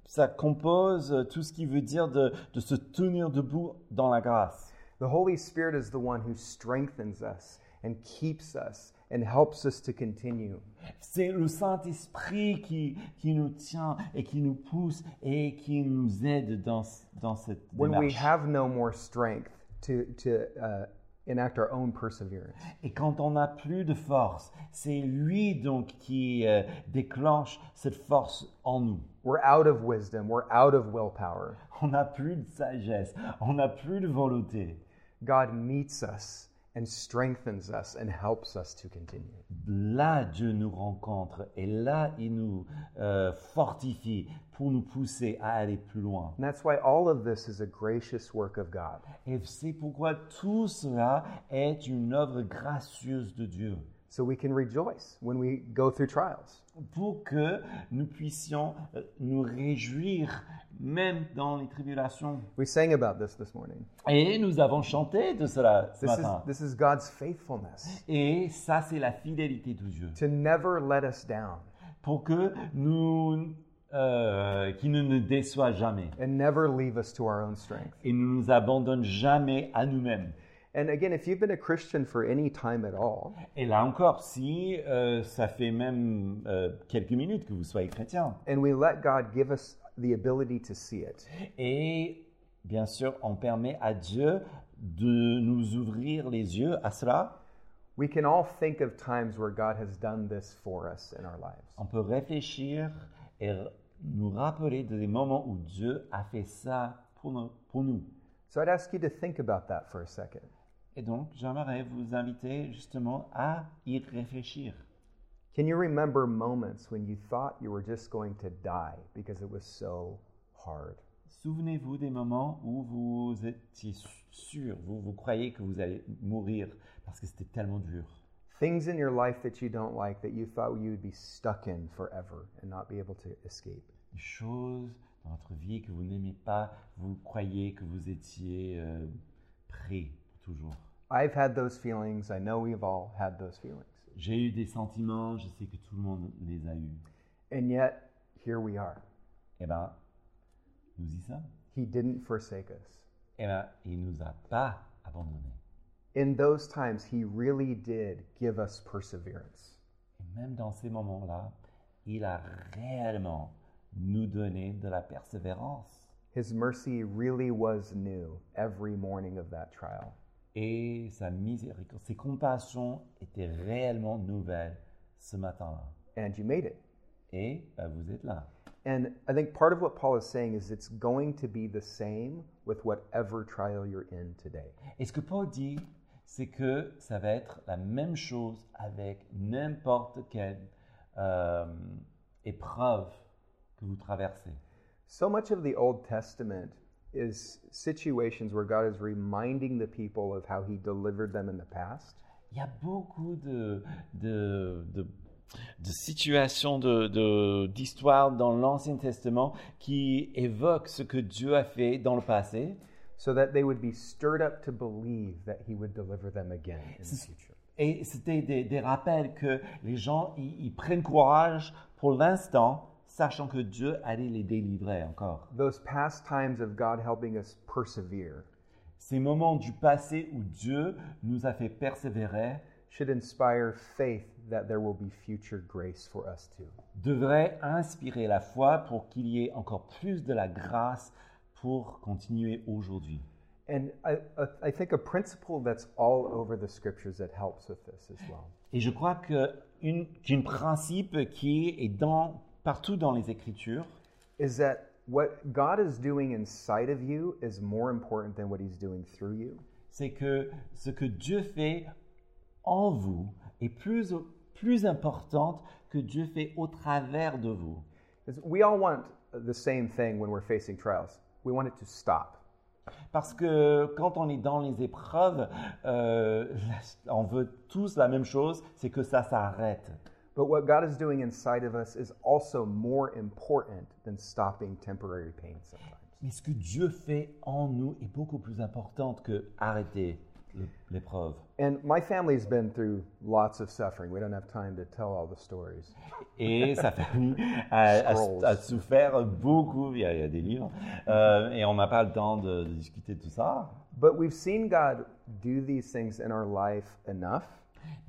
S2: ça compose tout ce qui veut dire de, de se tenir debout dans la grâce.
S1: The Holy Spirit is the one who strengthens us and keeps us and helps us to continue.
S2: C'est le Saint-Esprit qui, qui nous tient et qui nous pousse et qui nous aide dans, dans cette
S1: When we
S2: démarche.
S1: have no more strength to, to uh, enact our own perseverance.
S2: Et quand on n'a plus de force, c'est lui donc qui euh, déclenche cette force en nous.
S1: We're out of wisdom, we're out of willpower.
S2: On n'a plus de sagesse, on n'a plus de volonté.
S1: God meets us and strengthens us and helps us to continue.
S2: Là, Dieu nous rencontre et là, il nous euh, fortifie pour nous pousser à aller plus loin.
S1: And that's why all of this is a gracious work of God.
S2: Et c'est pourquoi tout cela est une œuvre gracieuse de Dieu,
S1: So we can rejoice when we go through trials.
S2: pour que nous puissions euh, nous réjouir même dans les tribulations.
S1: We sang about this this morning.
S2: Et nous avons chanté de cela ce
S1: This is,
S2: matin.
S1: this is God's faithfulness
S2: Et ça, c'est la fidélité de Dieu.
S1: to never let us down
S2: Pour que nous, euh, qu'il ne nous déçoit jamais.
S1: and never leave us to our own strength.
S2: Et ne nous abandonne jamais à nous-mêmes.
S1: And again, if you've been a Christian for any time at all,
S2: Et là encore, si euh, ça fait même euh, quelques minutes que vous soyez chrétien,
S1: and we let God give us the ability to see it,
S2: et bien sûr, on permet à Dieu de nous ouvrir les yeux à cela,
S1: we can all think of times where God has done this for us in our lives.
S2: on peut réfléchir et r- nous rappeler des moments où Dieu a fait ça pour nous. Pour nous.
S1: So I'd ask you to think about that for a second.
S2: Et donc, j'aimerais vous inviter justement à y réfléchir.
S1: Can you remember moments when you thought you were just going to die because it was so hard?
S2: Souvenez-vous des moments où vous étiez s- sûr, vous, vous croyez que vous allez mourir parce que c'était tellement dur.
S1: Things in your life that you don't like that you thought you would be stuck in forever and not be able to escape.
S2: Des choses dans votre vie que vous n'aimez pas, vous croyez que vous étiez euh, pris pour toujours.
S1: I've had those feelings. I know we've all had those feelings.
S2: J'ai eu des sentiments, je sais que tout le monde les a eus.
S1: And yet, here we are.
S2: Eh ben, nous y sommes.
S1: He didn't forsake us.
S2: Eh ben, il nous a pas abandonnés.
S1: In those times, He really did give us perseverance.
S2: Et même dans ces moments-là, il a réellement nous donné de la persévérance.
S1: His mercy really was new every morning of that trial.
S2: Et sa miséricorde, ses compassions étaient réellement nouvelles ce matin-là.
S1: And you made it.
S2: Et ben, vous êtes là.
S1: And I think part of what Paul is saying is it's going to be the same with whatever trial you're in today.
S2: Et ce que Paul dit, c'est que ça va être la même chose avec n'importe quelle euh, épreuve que vous traversez.
S1: So much of the Old Testament is situations where God is reminding the people of how He delivered them in the past.
S2: Il y a beaucoup de, de, de- de situations, de- de- d'histoires dans l'Ancien Testament qui évoquent ce que Dieu a fait dans le passé.
S1: so that they would be stirred up to believe that he would deliver them again in the future.
S2: Et c'était des, des rappels que les gens ils ils prennent courage pour l'instant, sachant que Dieu allait les délivrer encore.
S1: Those past times of God helping us persevere
S2: Ces moments du passé où Dieu nous a fait persévérer
S1: should inspire faith that there will be future grace for us too.
S2: devraient inspirer la foi pour qu'il y ait encore plus de la grâce pour continuer aujourd'hui.
S1: And I, I- I think a principle that's all over the scriptures that helps with this as well
S2: Et je crois que une- qu'un principe qui est dans, partout dans les Écritures,
S1: is that what God is doing inside of you is more important than what he's doing through you.
S2: c'est que ce que Dieu fait en vous est plus, plus important que Dieu fait au travers de vous.
S1: 'Cause We all want the same thing when we're facing trials. We want it to stop.
S2: Parce que quand on est dans les épreuves, euh, on veut tous la même chose, c'est que ça s'arrête.
S1: But what God is doing inside of us is also more important than stopping temporary pain sometimes.
S2: Mais ce que Dieu fait en nous est beaucoup plus important que arrêter le- l'épreuve.
S1: And my family's been through lots of suffering. We don't have time to tell all the stories.
S2: Et sa famille a, a-
S1: Scrolls.
S2: a souffert beaucoup, il y a, il y a des livres, Euh, et on n'a pas le temps de, de discuter de tout ça.
S1: But we've seen God do these things in our life enough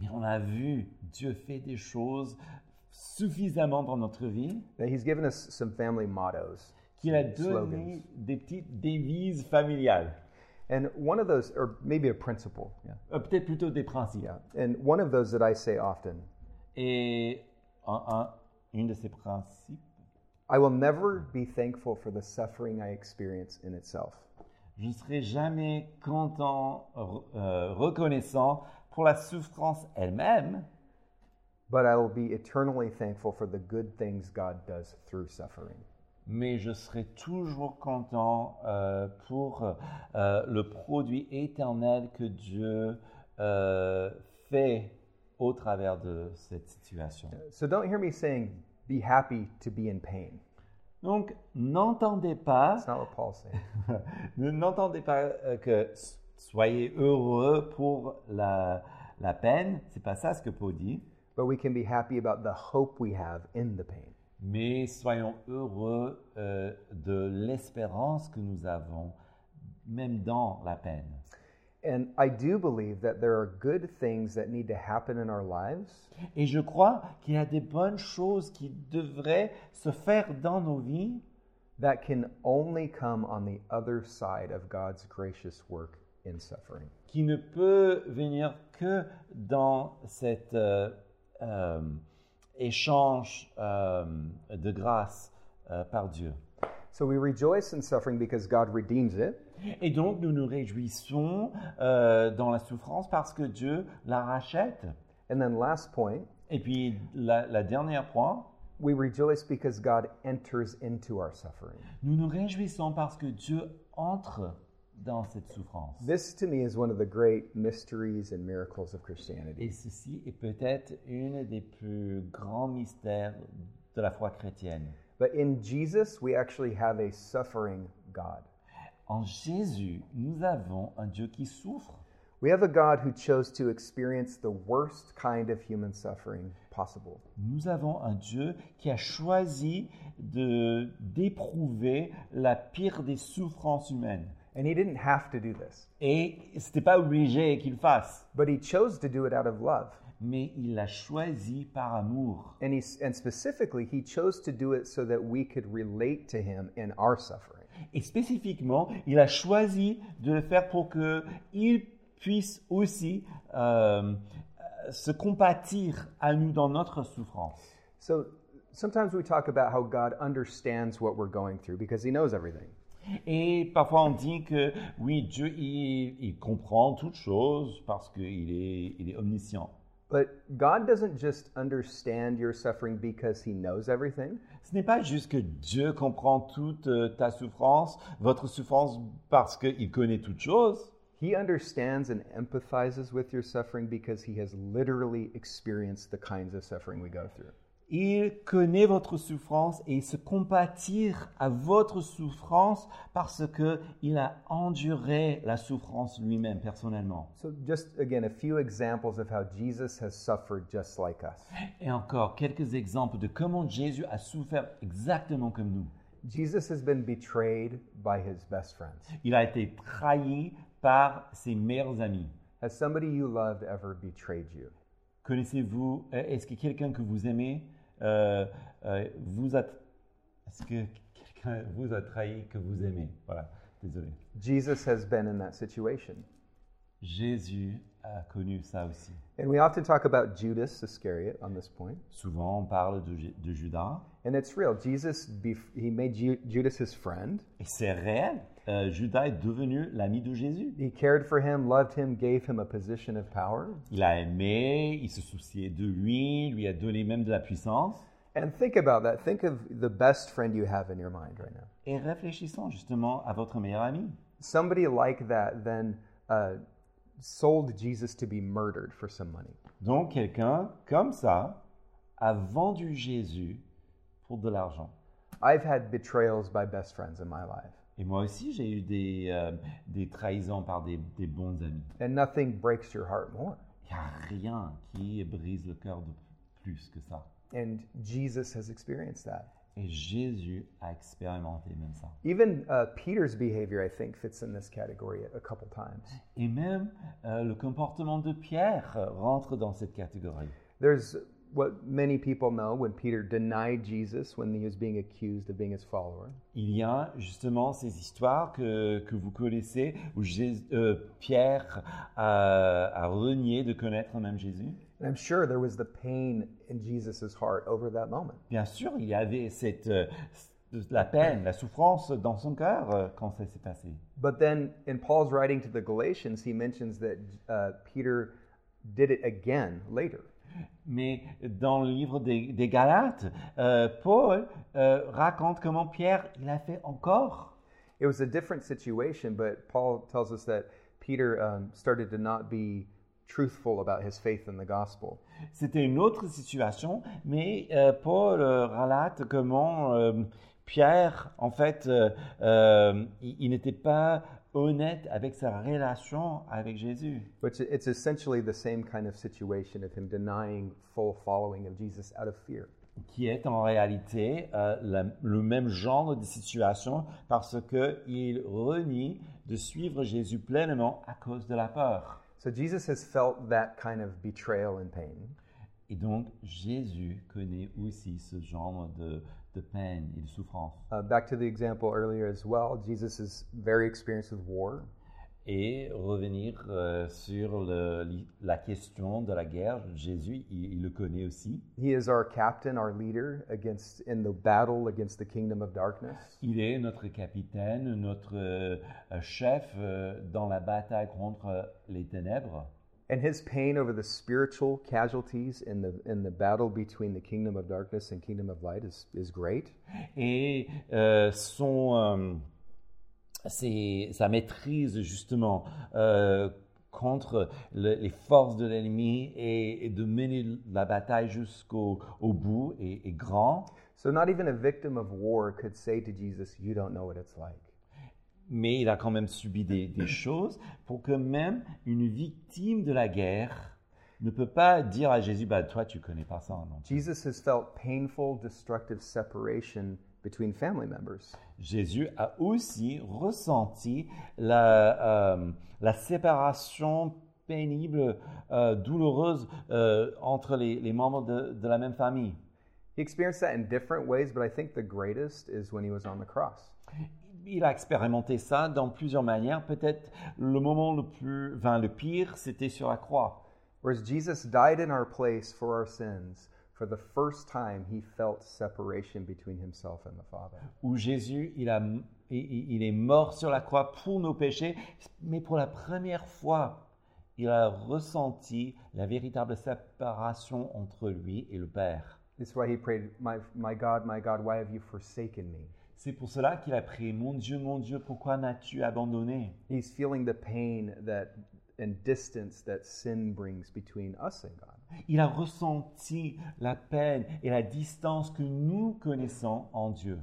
S2: Mais on a vu, Dieu fait des choses suffisamment dans notre vie
S1: that He's given us some family mottos.
S2: qu'il a
S1: Slogans.
S2: donné des petites devises familiales.
S1: And one of those, or maybe a principle, yeah.
S2: Euh, Peut-être plutôt des principes.
S1: yeah. And one of those that I say often
S2: Et un, un- une de ces principes,
S1: I will never be thankful for the suffering I experience in itself.
S2: je ne serai jamais content, re- euh, reconnaissant pour la souffrance elle-même,
S1: But I will be eternally thankful for the good things God does through suffering.
S2: mais je serai toujours content euh, pour euh, le produit éternel que Dieu euh, fait au travers de cette situation.
S1: So don't hear me saying, be happy to be in pain.
S2: Donc, n'entendez pas,
S1: That's not what Paul's saying.
S2: ne- n'entendez pas euh, que s- soyez heureux pour la, la peine, c'est pas ça ce que Paul dit,
S1: But we can be happy about the hope we have in the pain.
S2: mais soyons heureux euh, de l'espérance que nous avons, même dans la peine.
S1: And I do believe that there are good things that need to happen in our lives
S2: Et je crois qu'il y a des bonnes choses qui devraient se faire dans nos vies,
S1: that can only come on the other side of God's gracious work in suffering.
S2: qui ne peut venir que dans cet euh, euh, échange euh, de grâce euh, par Dieu.
S1: So we rejoice in suffering because God redeems it,
S2: Et donc nous nous réjouissons euh, dans la souffrance parce que Dieu la rachète.
S1: and then last point,
S2: Et puis la, la dernière point,
S1: we rejoice because God enters into our suffering.
S2: nous nous réjouissons parce que Dieu entre dans cette souffrance.
S1: This to me is one of the great mysteries and miracles of Christianity.
S2: Et ceci est peut-être une des plus grands mystères de la foi chrétienne.
S1: But in Jesus, we actually have a suffering God.
S2: En Jésus, nous avons un Dieu qui souffre.
S1: We have a God who chose to experience the worst kind of human suffering possible.
S2: Nous avons un Dieu qui a choisi de d'éprouver la pire des souffrances humaines.
S1: And he didn't have to do this,
S2: Et c'était pas obligé qu'il fasse,
S1: but he chose to do it out of love.
S2: mais il l'a choisi par amour.
S1: And, he, and specifically, he chose to do it so that we could relate to him in our suffering.
S2: Et spécifiquement, il a choisi de le faire pour que il puisse aussi euh, euh, se compatir à nous dans notre souffrance.
S1: So sometimes we talk about how God understands what we're going through because he knows everything.
S2: Et parfois on dit que oui, Dieu, il, il comprend toutes choses parce qu'il est, il est omniscient.
S1: But God doesn't just understand your suffering because He knows everything.
S2: Ce n'est pas juste que Dieu comprend toute euh, ta souffrance, votre souffrance, parce qu'il connaît toutes choses.
S1: He understands and empathizes with your suffering because He has literally experienced the kinds of suffering we go through.
S2: Il connaît votre souffrance et il se compatir à votre souffrance parce que il a enduré la souffrance lui-même personnellement.
S1: So, just again, a few examples of how Jesus has suffered just like us.
S2: Et encore quelques exemples de comment Jésus a souffert exactement comme nous.
S1: Jesus has been betrayed by His best friends.
S2: Il a été trahi par ses meilleurs amis.
S1: Has somebody you loved ever betrayed you?
S2: Connaissez-vous, euh, est-ce que quelqu'un que vous aimez euh, euh, vous a, est-ce que quelqu'un vous a trahi que vous aimez Voilà, désolé.
S1: Jesus has been in that situation.
S2: Jésus a connu ça aussi.
S1: And we often talk about Judas Iscariot on this point,
S2: Souvent, on parle de, Ju- de Judas,
S1: and it's real. Jesus, bef- he made Ju- Judas his friend.
S2: et c'est réel. Euh, Judas est devenu l'ami de Jésus.
S1: He cared for him, loved him, gave him a position of power.
S2: Il a aimé, il se souciait de lui, lui a donné même de la puissance.
S1: And think about that. Think of the best friend you have in your mind right now.
S2: Et réfléchissons justement à votre meilleur ami.
S1: Somebody like that then uh, sold Jesus to be murdered for some money.
S2: Donc quelqu'un comme ça a vendu Jésus pour de l'argent.
S1: I've had betrayals by best friends in my life,
S2: Et moi aussi, j'ai eu des, euh, des trahisons par des, des bons amis.
S1: and nothing breaks your heart more.
S2: Il n'y a rien qui brise le cœur de plus que ça.
S1: And Jesus has experienced that.
S2: Et Jésus a expérimenté même ça.
S1: Even uh, Peter's behavior, I think, fits in this category a couple times.
S2: Et même euh, le comportement de Pierre euh, rentre dans cette catégorie.
S1: There's what many people know when Peter denied Jesus when he was being accused of being his follower.
S2: Il y a justement ces histoires que, que vous connaissez où Jés- euh, Pierre a, a renié de connaître même Jésus.
S1: And I'm sure there was the pain in Jesus' heart over that moment.
S2: Bien sûr, il y avait cette, euh, la peine, la souffrance dans son cœur euh, quand ça s'est passé.
S1: But then in Paul's writing to the Galatians, he mentions that uh, Peter did it again later.
S2: Mais dans le livre des, des Galates, euh, Paul euh, raconte comment Pierre, il a fait encore.
S1: It was a different situation, but Paul tells us that Peter um, started to not be truthful about his faith in the gospel.
S2: C'était une autre situation, mais euh, Paul euh, relate comment euh, Pierre, en fait, euh, euh, il, il n'était pas honnête avec sa relation avec Jésus.
S1: Which it's essentially the same kind of situation of him denying full following of Jesus out of fear.
S2: qui est en réalité euh, la- le même genre de situation parce qu'il renie de suivre Jésus pleinement à cause de la peur.
S1: So Jesus has felt that kind of betrayal and pain.
S2: Et donc Jésus connaît aussi ce genre de, de peine et de souffrance.
S1: Uh, back to the example earlier as well, Jesus is very experienced with war.
S2: Et revenir euh, sur le- li- la question de la guerre, Jésus, il, il le connaît aussi.
S1: He is our captain, our leader against in the battle against the kingdom of darkness.
S2: Il est notre capitaine, notre euh, chef euh, dans la bataille contre les ténèbres.
S1: And his pain over the spiritual casualties in the in the battle between the kingdom of darkness and kingdom of light is is great.
S2: et euh, son, euh, ses- sa maîtrise justement euh, contre le- les forces de l'ennemi et, et de mener la bataille jusqu'au au bout est, est grand.
S1: So not even a victim of war could say to Jesus, "You don't know what it's like."
S2: Mais il a quand même subi des, des choses pour que même une victime de la guerre ne peut pas dire à Jésus, bah, toi tu connais pas ça. non.
S1: Jesus has felt painful, destructive separation between family members.
S2: Jésus a aussi ressenti la, euh, la séparation pénible, euh, douloureuse euh, entre les, les membres de, de la même famille.
S1: He experienced that in different ways, but I think the greatest is when he was on the cross.
S2: Il a expérimenté ça dans plusieurs manières. Peut-être le moment le plus, enfin, le pire, c'était sur la croix.
S1: Whereas Jesus died in our place for our sins, for the first time he felt separation between himself and the Father.
S2: où Jésus, il, a- il- il est mort sur la croix pour nos péchés, mais pour la première fois, il a ressenti la véritable séparation entre lui et le Père.
S1: This is why he prayed, my, my God, my God, why have you forsaken me?
S2: C'est pour cela qu'il a prié, Mon Dieu, mon Dieu, pourquoi m'as-tu abandonné
S1: He's feeling the pain that and distance that sin brings between us and God.
S2: Il a ressenti la peine et la distance que nous connaissons en Dieu.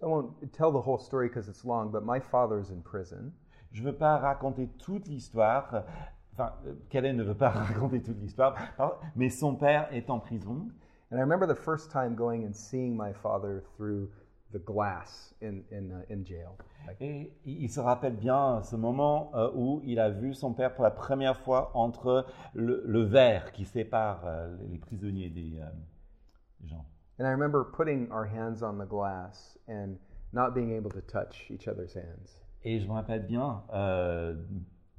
S1: So I won't tell the whole story because it's long, but my father is in prison.
S2: Je ne veux pas raconter toute l'histoire, enfin, euh, Calais ne veut pas raconter toute l'histoire, pardon, mais son père est en prison.
S1: And I remember the first time going and seeing my father through the glass in, in, uh, in jail. Like,
S2: Et il se rappelle bien ce moment euh, où il a vu son père pour la première fois entre le, le verre qui sépare euh, les prisonniers des euh, des gens.
S1: and I remember putting our hands on the glass and not being able to touch each other's hands.
S2: Et je me rappelle bien euh,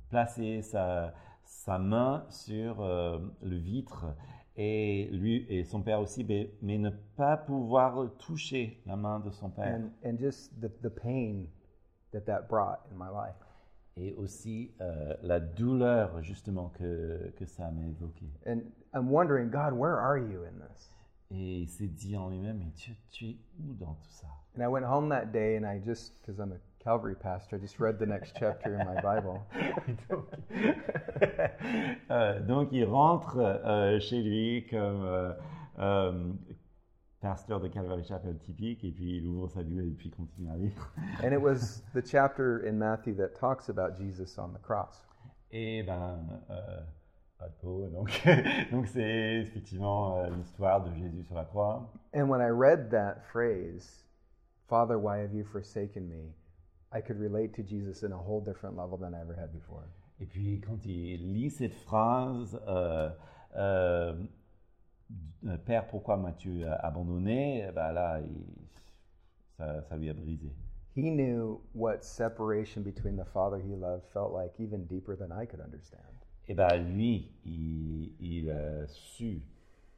S2: placer sa, sa main sur euh, le vitre et lui et son père aussi, mais, mais ne pas pouvoir toucher la main de son père
S1: And, and just the, the pain that that brought in my life.
S2: et aussi euh, la douleur justement que, que ça m'a évoqué.
S1: And I'm wondering, God, where are you in this?
S2: Et il s'est dit en lui-même, mais Dieu, tu es où dans tout ça
S1: And I went home that day and I just, because I'm a Calvary pastor, I just read the next chapter in my Bible.
S2: donc, Euh, donc, il rentre euh, chez lui comme euh, euh, pasteur de Calvary Chapel typique, et puis il ouvre sa Bible et puis il continue à lire.
S1: And it was the chapter in Matthew that talks about Jesus on the cross.
S2: Et ben, euh, pas de peau, donc donc c'est effectivement euh, l'histoire de Jésus sur la croix.
S1: And when I read that phrase, Father, why have you forsaken me? I could relate to Jesus in a whole different level than I ever had before.
S2: Et puis quand il lit cette phrase, euh, euh, Euh, Père, pourquoi m'as-tu euh, abandonné Ben là, il- ça- ça lui a brisé.
S1: He knew what separation between the Father he loved felt like, even deeper than I could understand.
S2: Eh bien, lui, il, il a su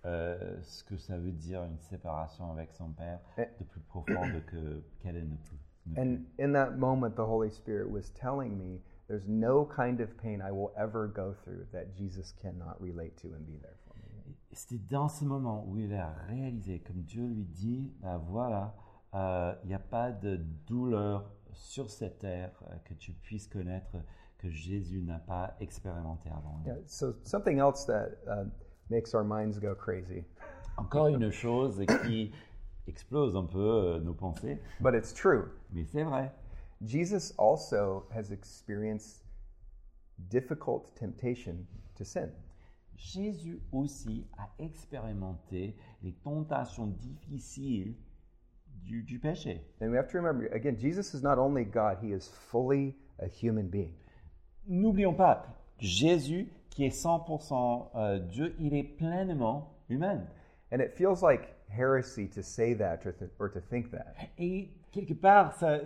S2: euh, ce que ça veut dire une séparation avec son père
S1: Et-
S2: de plus profonde que qu'elle ne peut. ne peut.
S1: And in that moment, the Holy Spirit was telling me there's no kind of pain I will ever go through that Jesus cannot relate to and be there for me.
S2: C'était dans ce moment où il a réalisé, comme Dieu lui dit, ben voilà, euh, il n'y a pas de douleur sur cette terre euh, que tu puisses connaître que Jésus n'a pas expérimenté avant.
S1: Yeah, so, something else that uh, makes our minds go crazy,
S2: Encore une chose qui explose un peu euh, nos pensées,
S1: but it's true.
S2: mais c'est vrai.
S1: Jesus also has experienced difficult temptation to sin.
S2: Jésus aussi a expérimenté les tentations difficiles du, du péché.
S1: And we have to remember again, Jesus is not only God, he is fully a human being.
S2: N'oublions pas, Jésus, qui est 100% euh, Dieu, il est pleinement humain.
S1: And it feels like heresy to say that or, th- or to think that.
S2: Et quelque part, ça-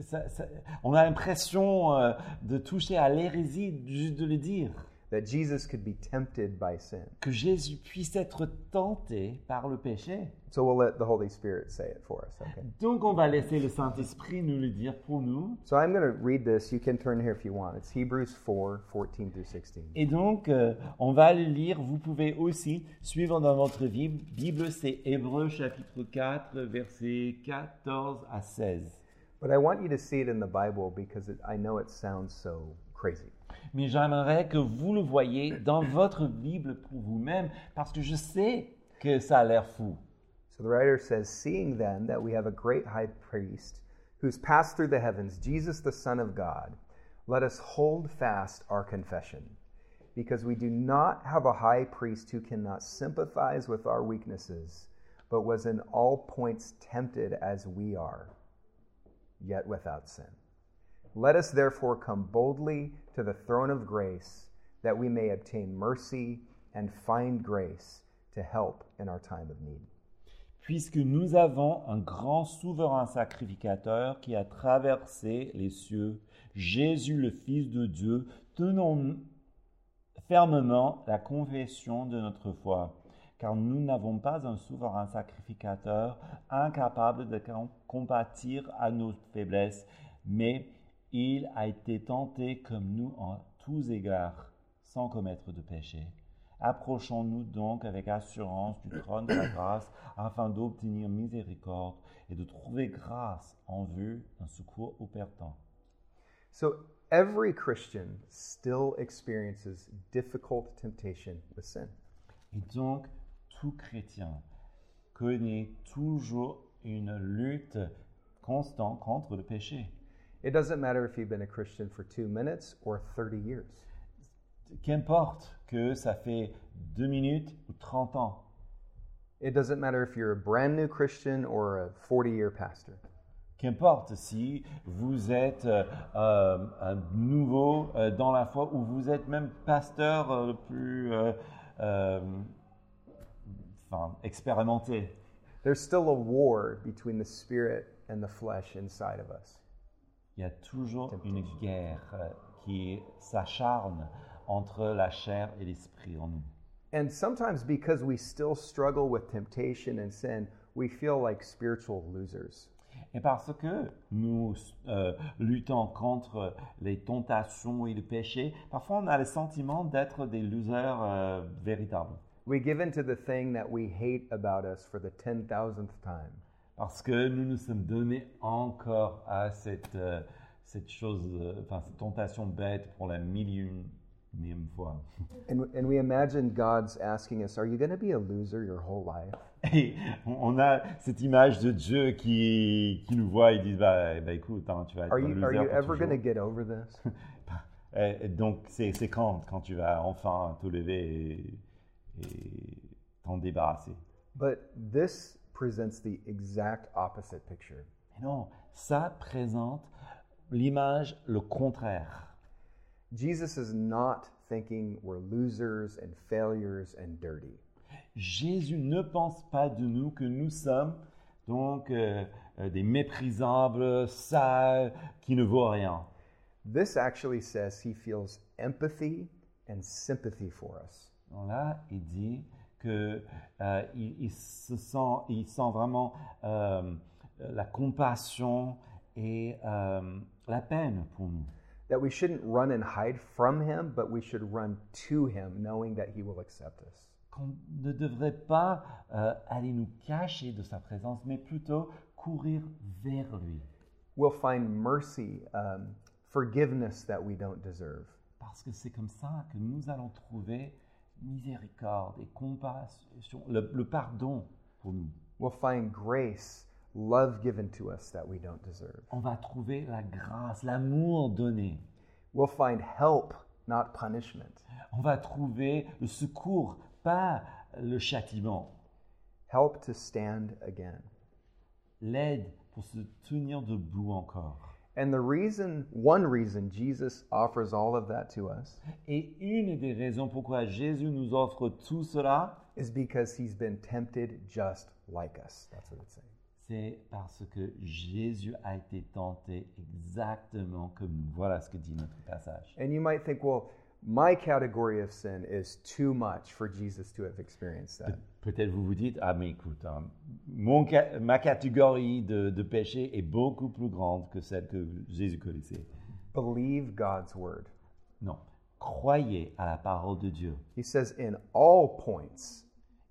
S2: ça- ça- on a l'impression euh, de toucher à l'hérésie juste de le dire.
S1: That Jesus could be tempted by sin.
S2: Que Jésus puisse être tenté par le péché.
S1: So we'll let the Holy Spirit say it for us, okay?
S2: Donc on va laisser le Saint-Esprit nous le dire pour nous.
S1: So I'm going to read this. You can turn here if you want. It's Hebrews 4 14 through 16.
S2: Et donc, euh, on va le lire. Vous pouvez aussi suivre dans votre Bible. Bible, c'est Hébreu chapitre 4, versets 14 à 16.
S1: But I want you to see it in the Bible because it, I know it sounds so crazy.
S2: Mais j'aimerais que vous le voyez dans votre Bible pour vous-même, parce que je sais que ça a l'air fou.
S1: So the writer says, Seeing then that we have a great high priest who's passed through the heavens, Jesus the Son of God, let us hold fast our confession, because we do not have a high priest who cannot sympathize with our weaknesses, but was in all points tempted as we are, yet without sin. Let us therefore come boldly to the throne of grace, that we may obtain mercy and find grace to help in our time of need.
S2: Puisque nous avons un grand souverain sacrificateur qui a traversé les cieux, Jésus le Fils de Dieu, tenons fermement la confession de notre foi, car nous n'avons pas un souverain sacrificateur incapable de com- compatir à nos faiblesses, mais il a été tenté comme nous en tous égards, sans commettre de péché. Approchons-nous donc avec assurance du trône de la grâce afin d'obtenir miséricorde et de trouver grâce en vue d'un secours au perdant.
S1: So every Christian still experiences difficult temptation with sin.
S2: Et donc, tout chrétien connaît toujours une lutte constante contre le péché.
S1: It doesn't matter if you've been a Christian for two minutes or 30 years.
S2: Qu'importe que ça fait deux minutes ou 30 ans.
S1: It doesn't matter if you're a brand new Christian or a 40 year pastor.
S2: Qu'importe si vous êtes euh, euh, un nouveau euh, dans la foi ou vous êtes même pasteur euh, le plus euh, euh, enfin, expérimenté.
S1: There's still a war between the spirit and the flesh inside of us.
S2: Il y a toujours une guerre euh, qui s'acharne entre la chair et l'esprit en nous.
S1: And sometimes because we still struggle with temptation and sin, we feel like spiritual losers.
S2: Et parce que nous euh, luttons contre les tentations et le péché, parfois on a le sentiment d'être des losers euh, véritables.
S1: We give in to the thing that we hate about us for the 10,000th time.
S2: Parce que nous nous sommes donnés encore à cette, euh, cette chose, euh, enfin cette tentation bête pour la millionième fois.
S1: And, and we imagine God's asking us, Are you going to be a loser your whole life?
S2: Et on on a cette image de Dieu qui, qui nous voit et dit bah, bah, écoute, hein, tu vas être
S1: Are
S2: un
S1: you,
S2: loser
S1: are you
S2: pour
S1: ever going to
S2: toujours.
S1: get over this?
S2: Et- et Euh, Donc c'est c'est quand quand tu vas enfin te lever et- et t'en débarrasser.
S1: But this presents the exact opposite picture.
S2: Mais non, ça présente l'image le contraire.
S1: Jesus is not thinking we're losers and failures and dirty.
S2: Jésus ne pense pas de nous que nous sommes donc euh, euh, des méprisables, sales, qui ne vaut rien.
S1: This actually says he feels empathy and sympathy for us.
S2: Donc là, il dit que euh, il, il se sent, il sent vraiment euh, la compassion et euh, la peine pour nous.
S1: That we shouldn't run and hide from him, but we should run to him knowing that he will accept us.
S2: Qu'on ne devrait pas euh, aller nous cacher de sa présence, mais plutôt courir vers lui.
S1: We'll find mercy, um, forgiveness that we don't deserve.
S2: Parce que c'est comme ça que nous allons trouver miséricorde et compassion, le, le pardon pour nous.
S1: We'll find grace, love given to us that we don't deserve.
S2: On va trouver la grâce, l'amour donné.
S1: We'll find help, not punishment.
S2: On va trouver le secours, pas le châtiment.
S1: Help to stand again.
S2: L'aide pour se tenir debout encore.
S1: And the reason, one reason Jesus offers all of that to us
S2: Et une des raisons pourquoi Jésus nous offre tout cela,
S1: is because he's been tempted just like us. That's what it's saying.
S2: c'est parce que Jésus a été tenté exactement comme nous. Voilà ce que dit notre passage.
S1: And you might think, well, my category of sin is too much for Jesus to have experienced that.
S2: Peut-être vous vous dites, ah mais écoute, hein, mon ca- ma catégorie de, de péché est beaucoup plus grande que celle que Jésus connaissait.
S1: Believe God's word.
S2: Non, croyez à la parole de Dieu.
S1: He says, in all points,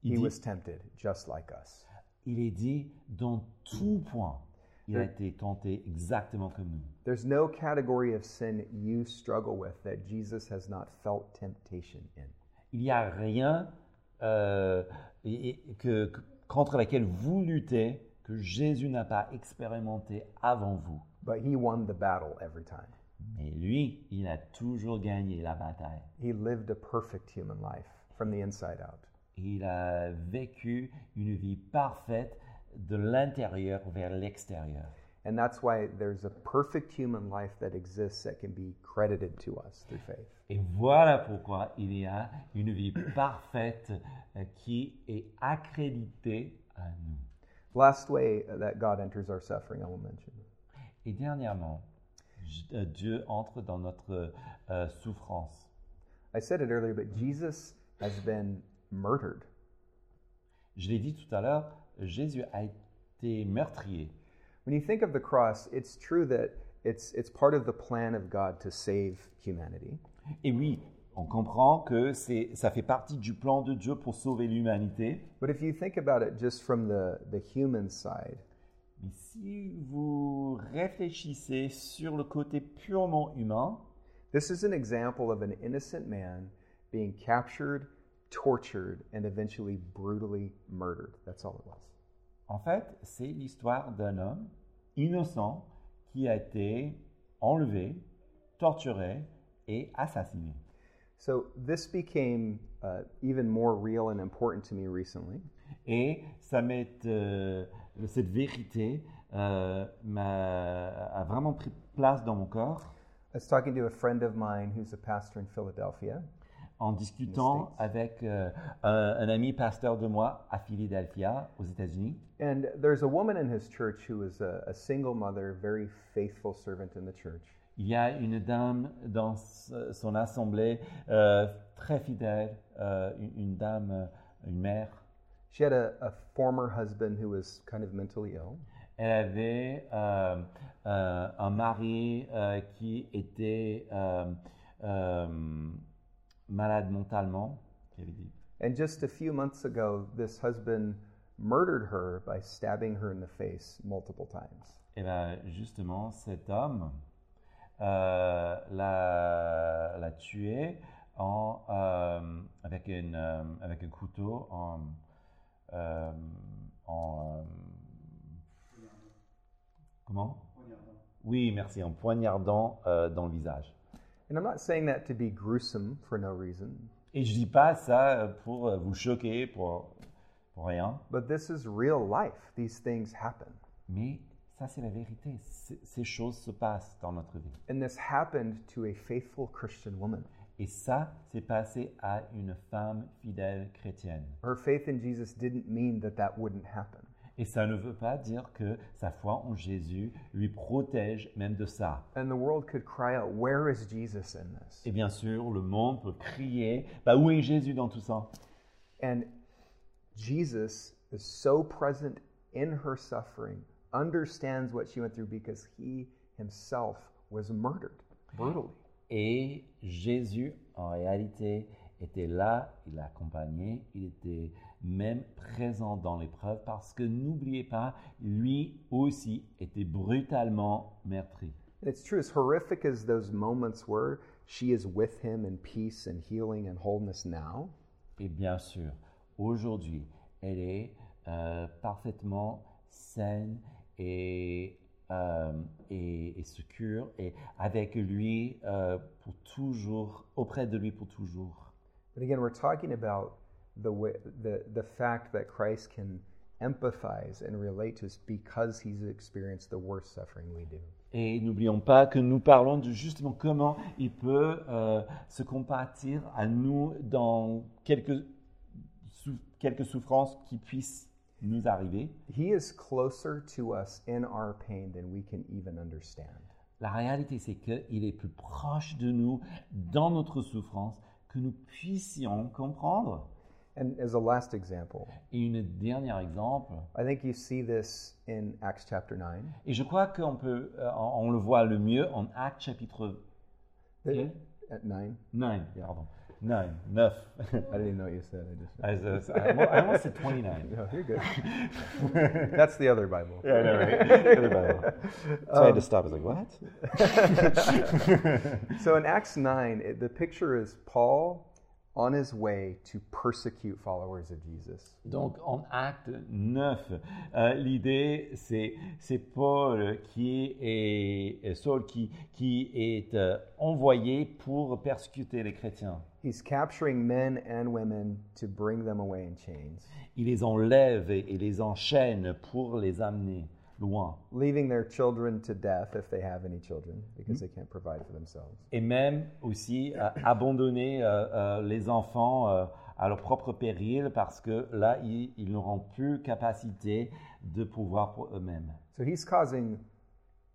S2: Il,
S1: he
S2: dit-
S1: was tempted just like us.
S2: il est dit, dans tout point, il a été tenté exactement comme nous.
S1: There's no category of sin you struggle with that Jesus has not felt temptation in.
S2: Il n'y a rien euh, et- et que- que- contre laquelle vous luttez que Jésus n'a pas expérimenté avant vous.
S1: But he won the battle every time.
S2: Mais lui, il a toujours gagné la bataille.
S1: He lived a perfect human life from the inside out.
S2: Il a vécu une vie parfaite de l'intérieur vers l'extérieur.
S1: And that's why there's a perfect human life that exists that can be credited to us through faith.
S2: Et voilà pourquoi il y a une vie parfaite euh, qui est accréditée à nous.
S1: Last way that God enters our suffering, I will mention.
S2: Et dernièrement, J- euh, Dieu entre dans notre euh, souffrance.
S1: I said it earlier, but Jesus has been murdered.
S2: Je l'ai dit tout à l'heure, Jésus a été meurtrier.
S1: When you think of the cross, it's true that it's, it's part of the plan of God to save humanity.
S2: Et oui, On comprend que c'est, ça fait partie du plan de Dieu pour sauver l'humanité.
S1: But if you think about it just from the, the human side,
S2: Mais si vous réfléchissez sur le côté purement humain,
S1: this is an example of an innocent man being captured, tortured, and eventually brutally murdered. That's all it was.
S2: en fait, c'est l'histoire d'un homme innocent qui a été enlevé, torturé et assassiné.
S1: So this became uh, even more real and important to me recently
S2: Et ça m'est, euh, cette vérité euh, m'a, a vraiment pris place dans mon corps
S1: I was talking to a friend of mine who's a pastor in Philadelphia,
S2: en discutant avec euh, un, un ami pasteur de moi à Philadelphia, aux États-Unis.
S1: and there's a woman in his church who is a, a single mother, very faithful servant in the church.
S2: Il y a une dame dans ce- son assemblée euh, très fidèle, euh, une, une dame, euh, une mère.
S1: She had a, a former husband who was kind of mentally ill,
S2: Elle avait euh, euh, un mari euh, qui était euh, euh, malade mentalement. qui avait dit.
S1: and just a few months ago, this husband murdered her by stabbing her in the face multiple times.
S2: Et bien Eh ben, justement, cet homme euh, l'a, l'a tué en, euh, avec, une, euh, avec un couteau en... euh, en, euh, comment Oui, merci, en poignardant euh, dans le visage.
S1: And I'm not saying that to be gruesome for no reason,
S2: Et je dis pas ça euh, pour euh, vous choquer, pour, pour rien,
S1: but this is real life. These things happen.
S2: mais ça c'est la vérité. C- Ces choses se passent dans notre vie.
S1: And this happened to a faithful Christian woman.
S2: Et ça s'est passé à une femme fidèle chrétienne.
S1: Her faith in Jesus didn't mean that that wouldn't happen.
S2: Et ça ne veut pas dire que sa foi en Jésus lui protège même de ça.
S1: And the world could cry out, Where is Jesus in this?
S2: Et bien sûr, le monde peut crier, bah où est Jésus dans tout ça
S1: And Jesus is so present in her suffering, understands what she went through because he himself was murdered brutally.
S2: Et Jésus, en réalité, était là, il l'accompagnait, il était même présent dans l'épreuve parce que n'oubliez pas, lui aussi était brutalement meurtri.
S1: And it's true, as horrific as those moments were, she is with him in peace and healing and wholeness now.
S2: Et bien sûr, aujourd'hui, elle est euh, parfaitement saine et, euh, et, et secure et avec lui euh, pour toujours, auprès de lui pour toujours.
S1: But again, we're talking about the, way, the, the fact that Christ can empathize and relate to us because he's experienced the worst suffering we do.
S2: Et n'oublions pas que nous parlons de justement comment il peut euh, se compatir à nous dans quelques, sou- quelques souffrances qui puissent nous arriver.
S1: He is closer to us in our pain than we can even understand.
S2: La réalité, c'est qu'il est plus proche de nous dans notre souffrance que nous puissions comprendre.
S1: And as a last example,
S2: Et une dernière exemple,
S1: I think you see this in Acts chapter 9.
S2: et je crois qu'on peut, euh, on on le voit le mieux en Actes chapitre
S1: The- At 9?
S2: 9, pardon, Ah, 9,
S1: I
S2: 9.
S1: didn't even know what you said. I just.
S2: As a- I almo- I almost said 29.
S1: No, you're good. That's the other Bible.
S2: Yeah, I know, right? Everybody. So I had to stop. I was like, what?
S1: So in Acts 9, it, the picture is Paul on his way to persecute followers of Jesus.
S2: Donc, en acte 9, euh, l'idée, c'est, c'est Paul qui est, et Saul qui, qui est euh, envoyé pour persécuter les chrétiens.
S1: He's capturing men and women to bring them away in chains,
S2: Il les enlève et, et les enchaîne pour les amener loin.
S1: leaving their children to death if they have any children because
S2: Mm-hmm.
S1: they can't provide for themselves.
S2: Et même aussi euh, abandonner euh, euh, les enfants euh, à leur propre péril parce que là, ils, ils n'auront plus capacité de pouvoir pour eux-mêmes.
S1: So he's causing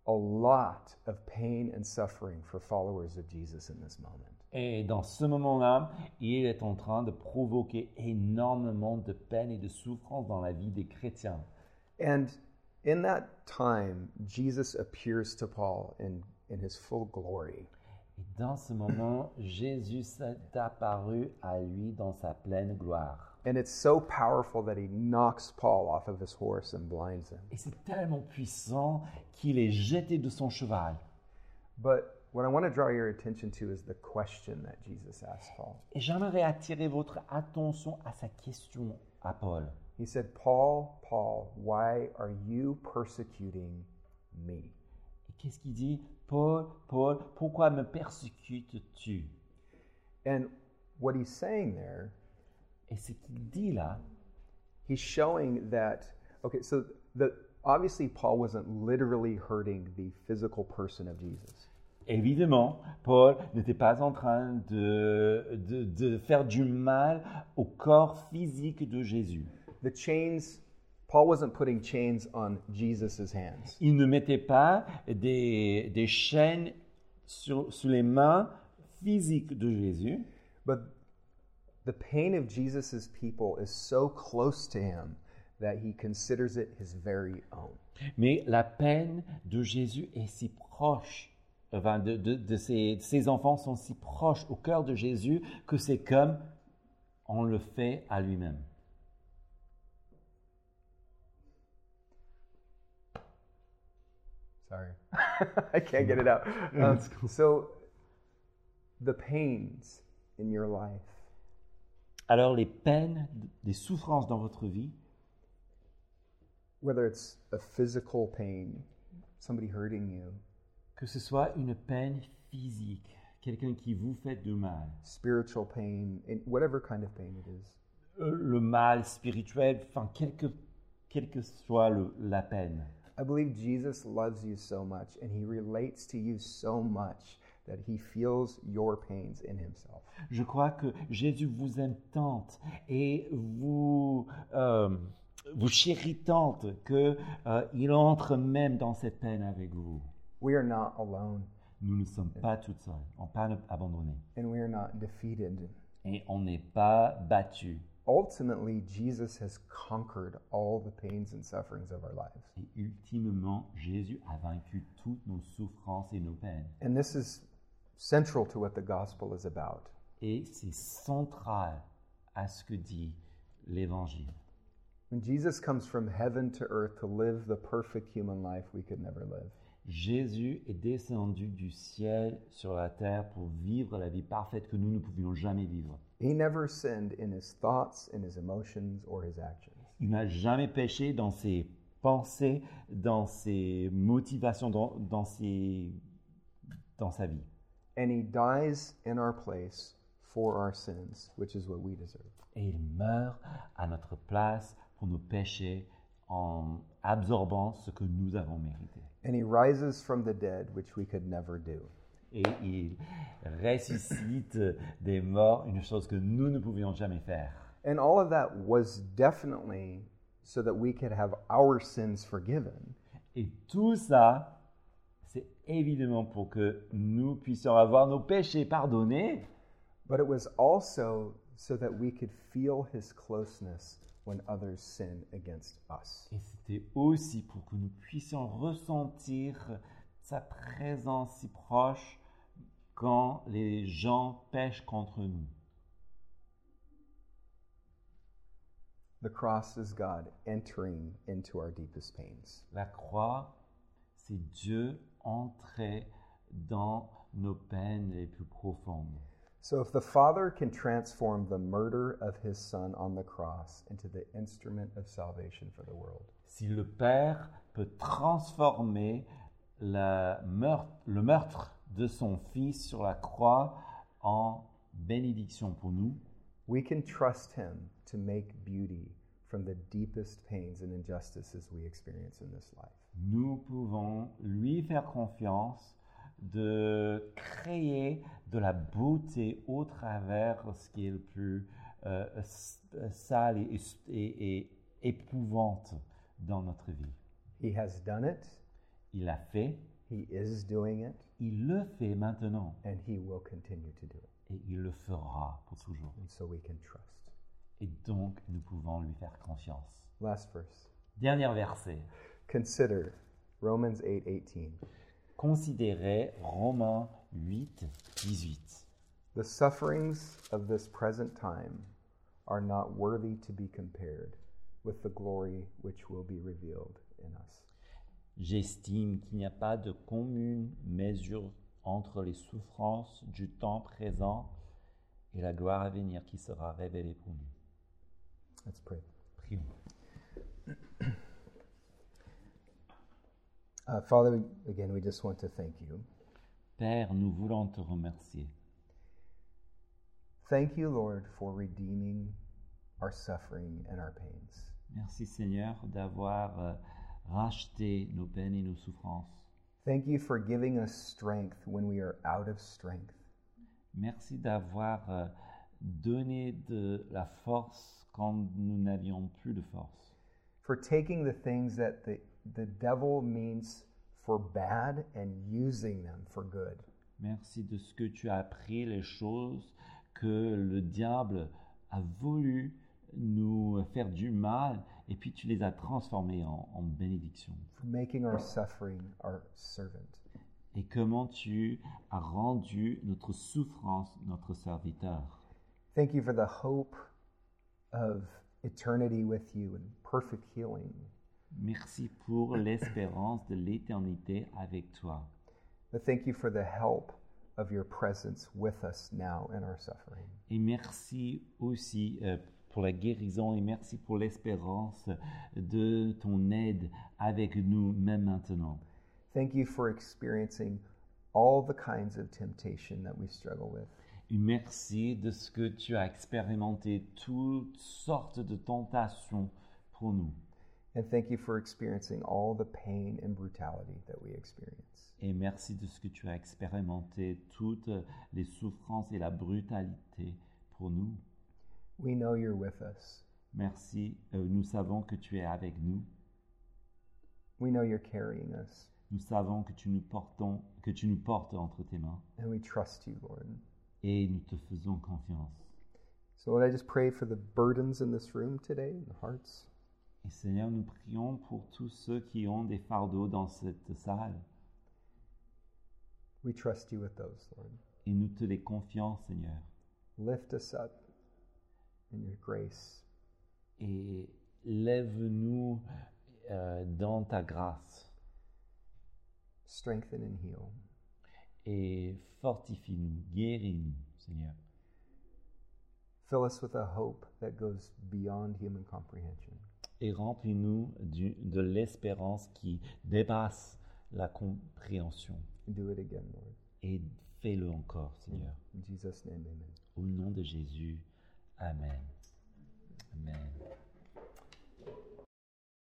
S1: a lot of pain and suffering for followers of Jesus in this moment.
S2: Et dans ce moment-là, il est en train de provoquer énormément de peine et de souffrance dans la vie des chrétiens.
S1: And in that time, Jesus appears to Paul in, in his full glory.
S2: Et dans ce moment, Jésus s'est apparu à lui dans sa pleine gloire.
S1: And it's so powerful that he knocks Paul off of his horse and blinds him.
S2: Et c'est tellement puissant qu'il est jeté de son cheval.
S1: But what I want to draw your attention to is the question that Jesus asked Paul.
S2: Et j'aimerais attirer votre attention à sa question à Paul.
S1: He said, Paul, Paul, why are you persecuting me?
S2: Et qu'est-ce qu'il dit Paul, Paul, pourquoi me persécutes-tu
S1: And what he's saying there,
S2: Et ce qu'il dit là,
S1: he's showing that, okay, so the, obviously Paul wasn't literally hurting the physical person of Jesus.
S2: évidemment, Paul n'était pas en train de, de- de faire du mal au corps physique de Jésus.
S1: The chains, Paul wasn't putting chains on Jesus' hands.
S2: Il ne mettait pas des, des chaînes sur, sur les mains physiques de Jésus,
S1: But the pain of Jesus' people is so close to him that he considers it his very own.
S2: mais la peine de Jésus est si proche, enfin, de, de- de ses, ses enfants sont si proches au cœur de Jésus que c'est comme on le fait à lui-même.
S1: Sorry. I can't get it out. Um, So, the pains in your life,
S2: Alors les peines, les souffrances dans votre vie,
S1: whether it's a physical pain, somebody hurting you,
S2: que ce soit une peine physique, quelqu'un qui vous fait du mal,
S1: spiritual pain, in whatever kind of pain it is,
S2: euh, le mal spirituel, enfin, quelle que, quelle que soit le- la peine.
S1: I believe Jesus loves you so much and he relates to you so much that he feels your pains in himself.
S2: Je crois que Jésus vous aime tant et vous, euh, vous chérit tant qu'il entre même dans cette peine avec vous.
S1: We are not alone
S2: Nous ne sommes pas toutes seules, on n'est pas abandonné
S1: and we are not defeated.
S2: et on n'est pas battu.
S1: Ultimately, Jesus has conquered all the pains and sufferings of our lives.
S2: Et ultimement, Jésus a vaincu toutes nos souffrances et nos peines.
S1: And this is central to what the gospel is about.
S2: Et c'est central à ce que dit l'Évangile.
S1: When Jesus comes from heaven to earth to live the perfect human life we could never live,
S2: Jésus est descendu du ciel sur la terre pour vivre la vie parfaite que nous ne pouvions jamais vivre.
S1: he never sinned in his thoughts, in his emotions, or his actions.
S2: Il n'a jamais péché dans ses pensées, dans ses motivations, dans, dans ses- dans sa vie.
S1: And he dies in our place for our sins, which is what we deserve.
S2: Et il meurt à notre place pour nos péchés en absorbant ce que nous avons mérité.
S1: And he rises from the dead, which we could never do.
S2: Et il ressuscite des morts, une chose que nous ne pouvions jamais faire.
S1: And all of that was definitely so that we could have our sins forgiven.
S2: Et tout ça, c'est évidemment pour que nous puissions avoir nos péchés pardonnés,
S1: But it was also so that we could feel his closeness when others sin against us.
S2: et c'était aussi pour que nous puissions ressentir sa présence si proche quand les gens pêchent contre nous.
S1: The cross is God entering into our deepest pains.
S2: La croix, c'est Dieu entré dans nos peines les plus profondes.
S1: So if the Father can transform the murder of his Son on the cross into the instrument of salvation for the world,
S2: Si le Père peut transformer la meurt- le meurtre de son Fils sur la croix en bénédiction pour nous,
S1: we can trust him to make beauty from the deepest pains and injustices we experience in this life.
S2: nous pouvons lui faire confiance de créer de la beauté au travers ce qui est le plus euh, s- sale et, et- et épouvante dans notre vie.
S1: He has done it,
S2: Il l'a fait,
S1: he is doing it,
S2: il le fait maintenant
S1: and he will continue to do it.
S2: et il le fera pour toujours.
S1: And so we can trust.
S2: et donc nous pouvons lui faire confiance.
S1: Last verse.
S2: Dernier verset.
S1: Consider Romans 8:18.
S2: Considérez Romains 8, 18.
S1: The sufferings of this present time are not worthy to be compared with the glory which will be revealed in us.
S2: J'estime qu'il n'y a pas de commune mesure entre les souffrances du temps présent et la gloire à venir qui sera révélée pour nous.
S1: Let's pray.
S2: Prions.
S1: Uh, Father, we- again, we just want to thank you.
S2: Père, nous voulons te remercier.
S1: Thank you, Lord, for redeeming our suffering and our pains.
S2: Merci Seigneur d'avoir euh, racheté nos peines et nos souffrances.
S1: Thank you for giving us strength when we are out of strength.
S2: Merci d'avoir euh, donné de la force quand nous n'avions plus de force.
S1: for taking the things that the, the devil means for bad and using them for good.
S2: Merci de ce que tu as appris, les choses que le diable a voulu nous faire du mal, et puis tu les as transformées en, en bénédiction.
S1: For making our suffering our servant.
S2: Et comment tu as rendu notre souffrance notre serviteur.
S1: Thank you for the hope of eternity with you and perfect healing.
S2: Merci pour l'espérance de l'éternité avec toi.
S1: But thank you for the help of your presence with us now in our suffering.
S2: Et merci aussi euh, pour la guérison et merci pour l'espérance de ton aide avec nous même maintenant.
S1: Thank you for experiencing all the kinds of temptation that we struggle with.
S2: Et merci de ce que tu as expérimenté toutes sortes de tentations pour nous.
S1: And thank you for experiencing all the pain and brutality that we experience.
S2: Et merci de ce que tu as expérimenté toutes les souffrances et la brutalité pour nous.
S1: We know you're with us.
S2: Merci, euh, nous savons que tu es avec nous.
S1: We know you're carrying us.
S2: Nous savons que tu nous, portons- que tu nous portes entre tes mains
S1: And we trust you, Lord.
S2: et nous te faisons confiance.
S1: So, Lord, I just pray for the burdens in this room today, in the hearts.
S2: Et Seigneur, nous prions pour tous ceux qui ont des fardeaux dans cette salle.
S1: We trust you with those, Lord.
S2: Et nous te les confions, Seigneur.
S1: Lift us up in your grace.
S2: Et lève-nous euh, dans ta grâce.
S1: Strengthen and heal.
S2: Et fortifie-nous, guéris-nous, Seigneur.
S1: Fill us with a hope that goes beyond human comprehension.
S2: Et remplis-nous du- de l'espérance qui dépasse la compréhension.
S1: Do it again, Lord.
S2: Et fais-le encore, Seigneur.
S1: In Jesus' name, amen.
S2: Au nom de Jésus. Amen. Amen.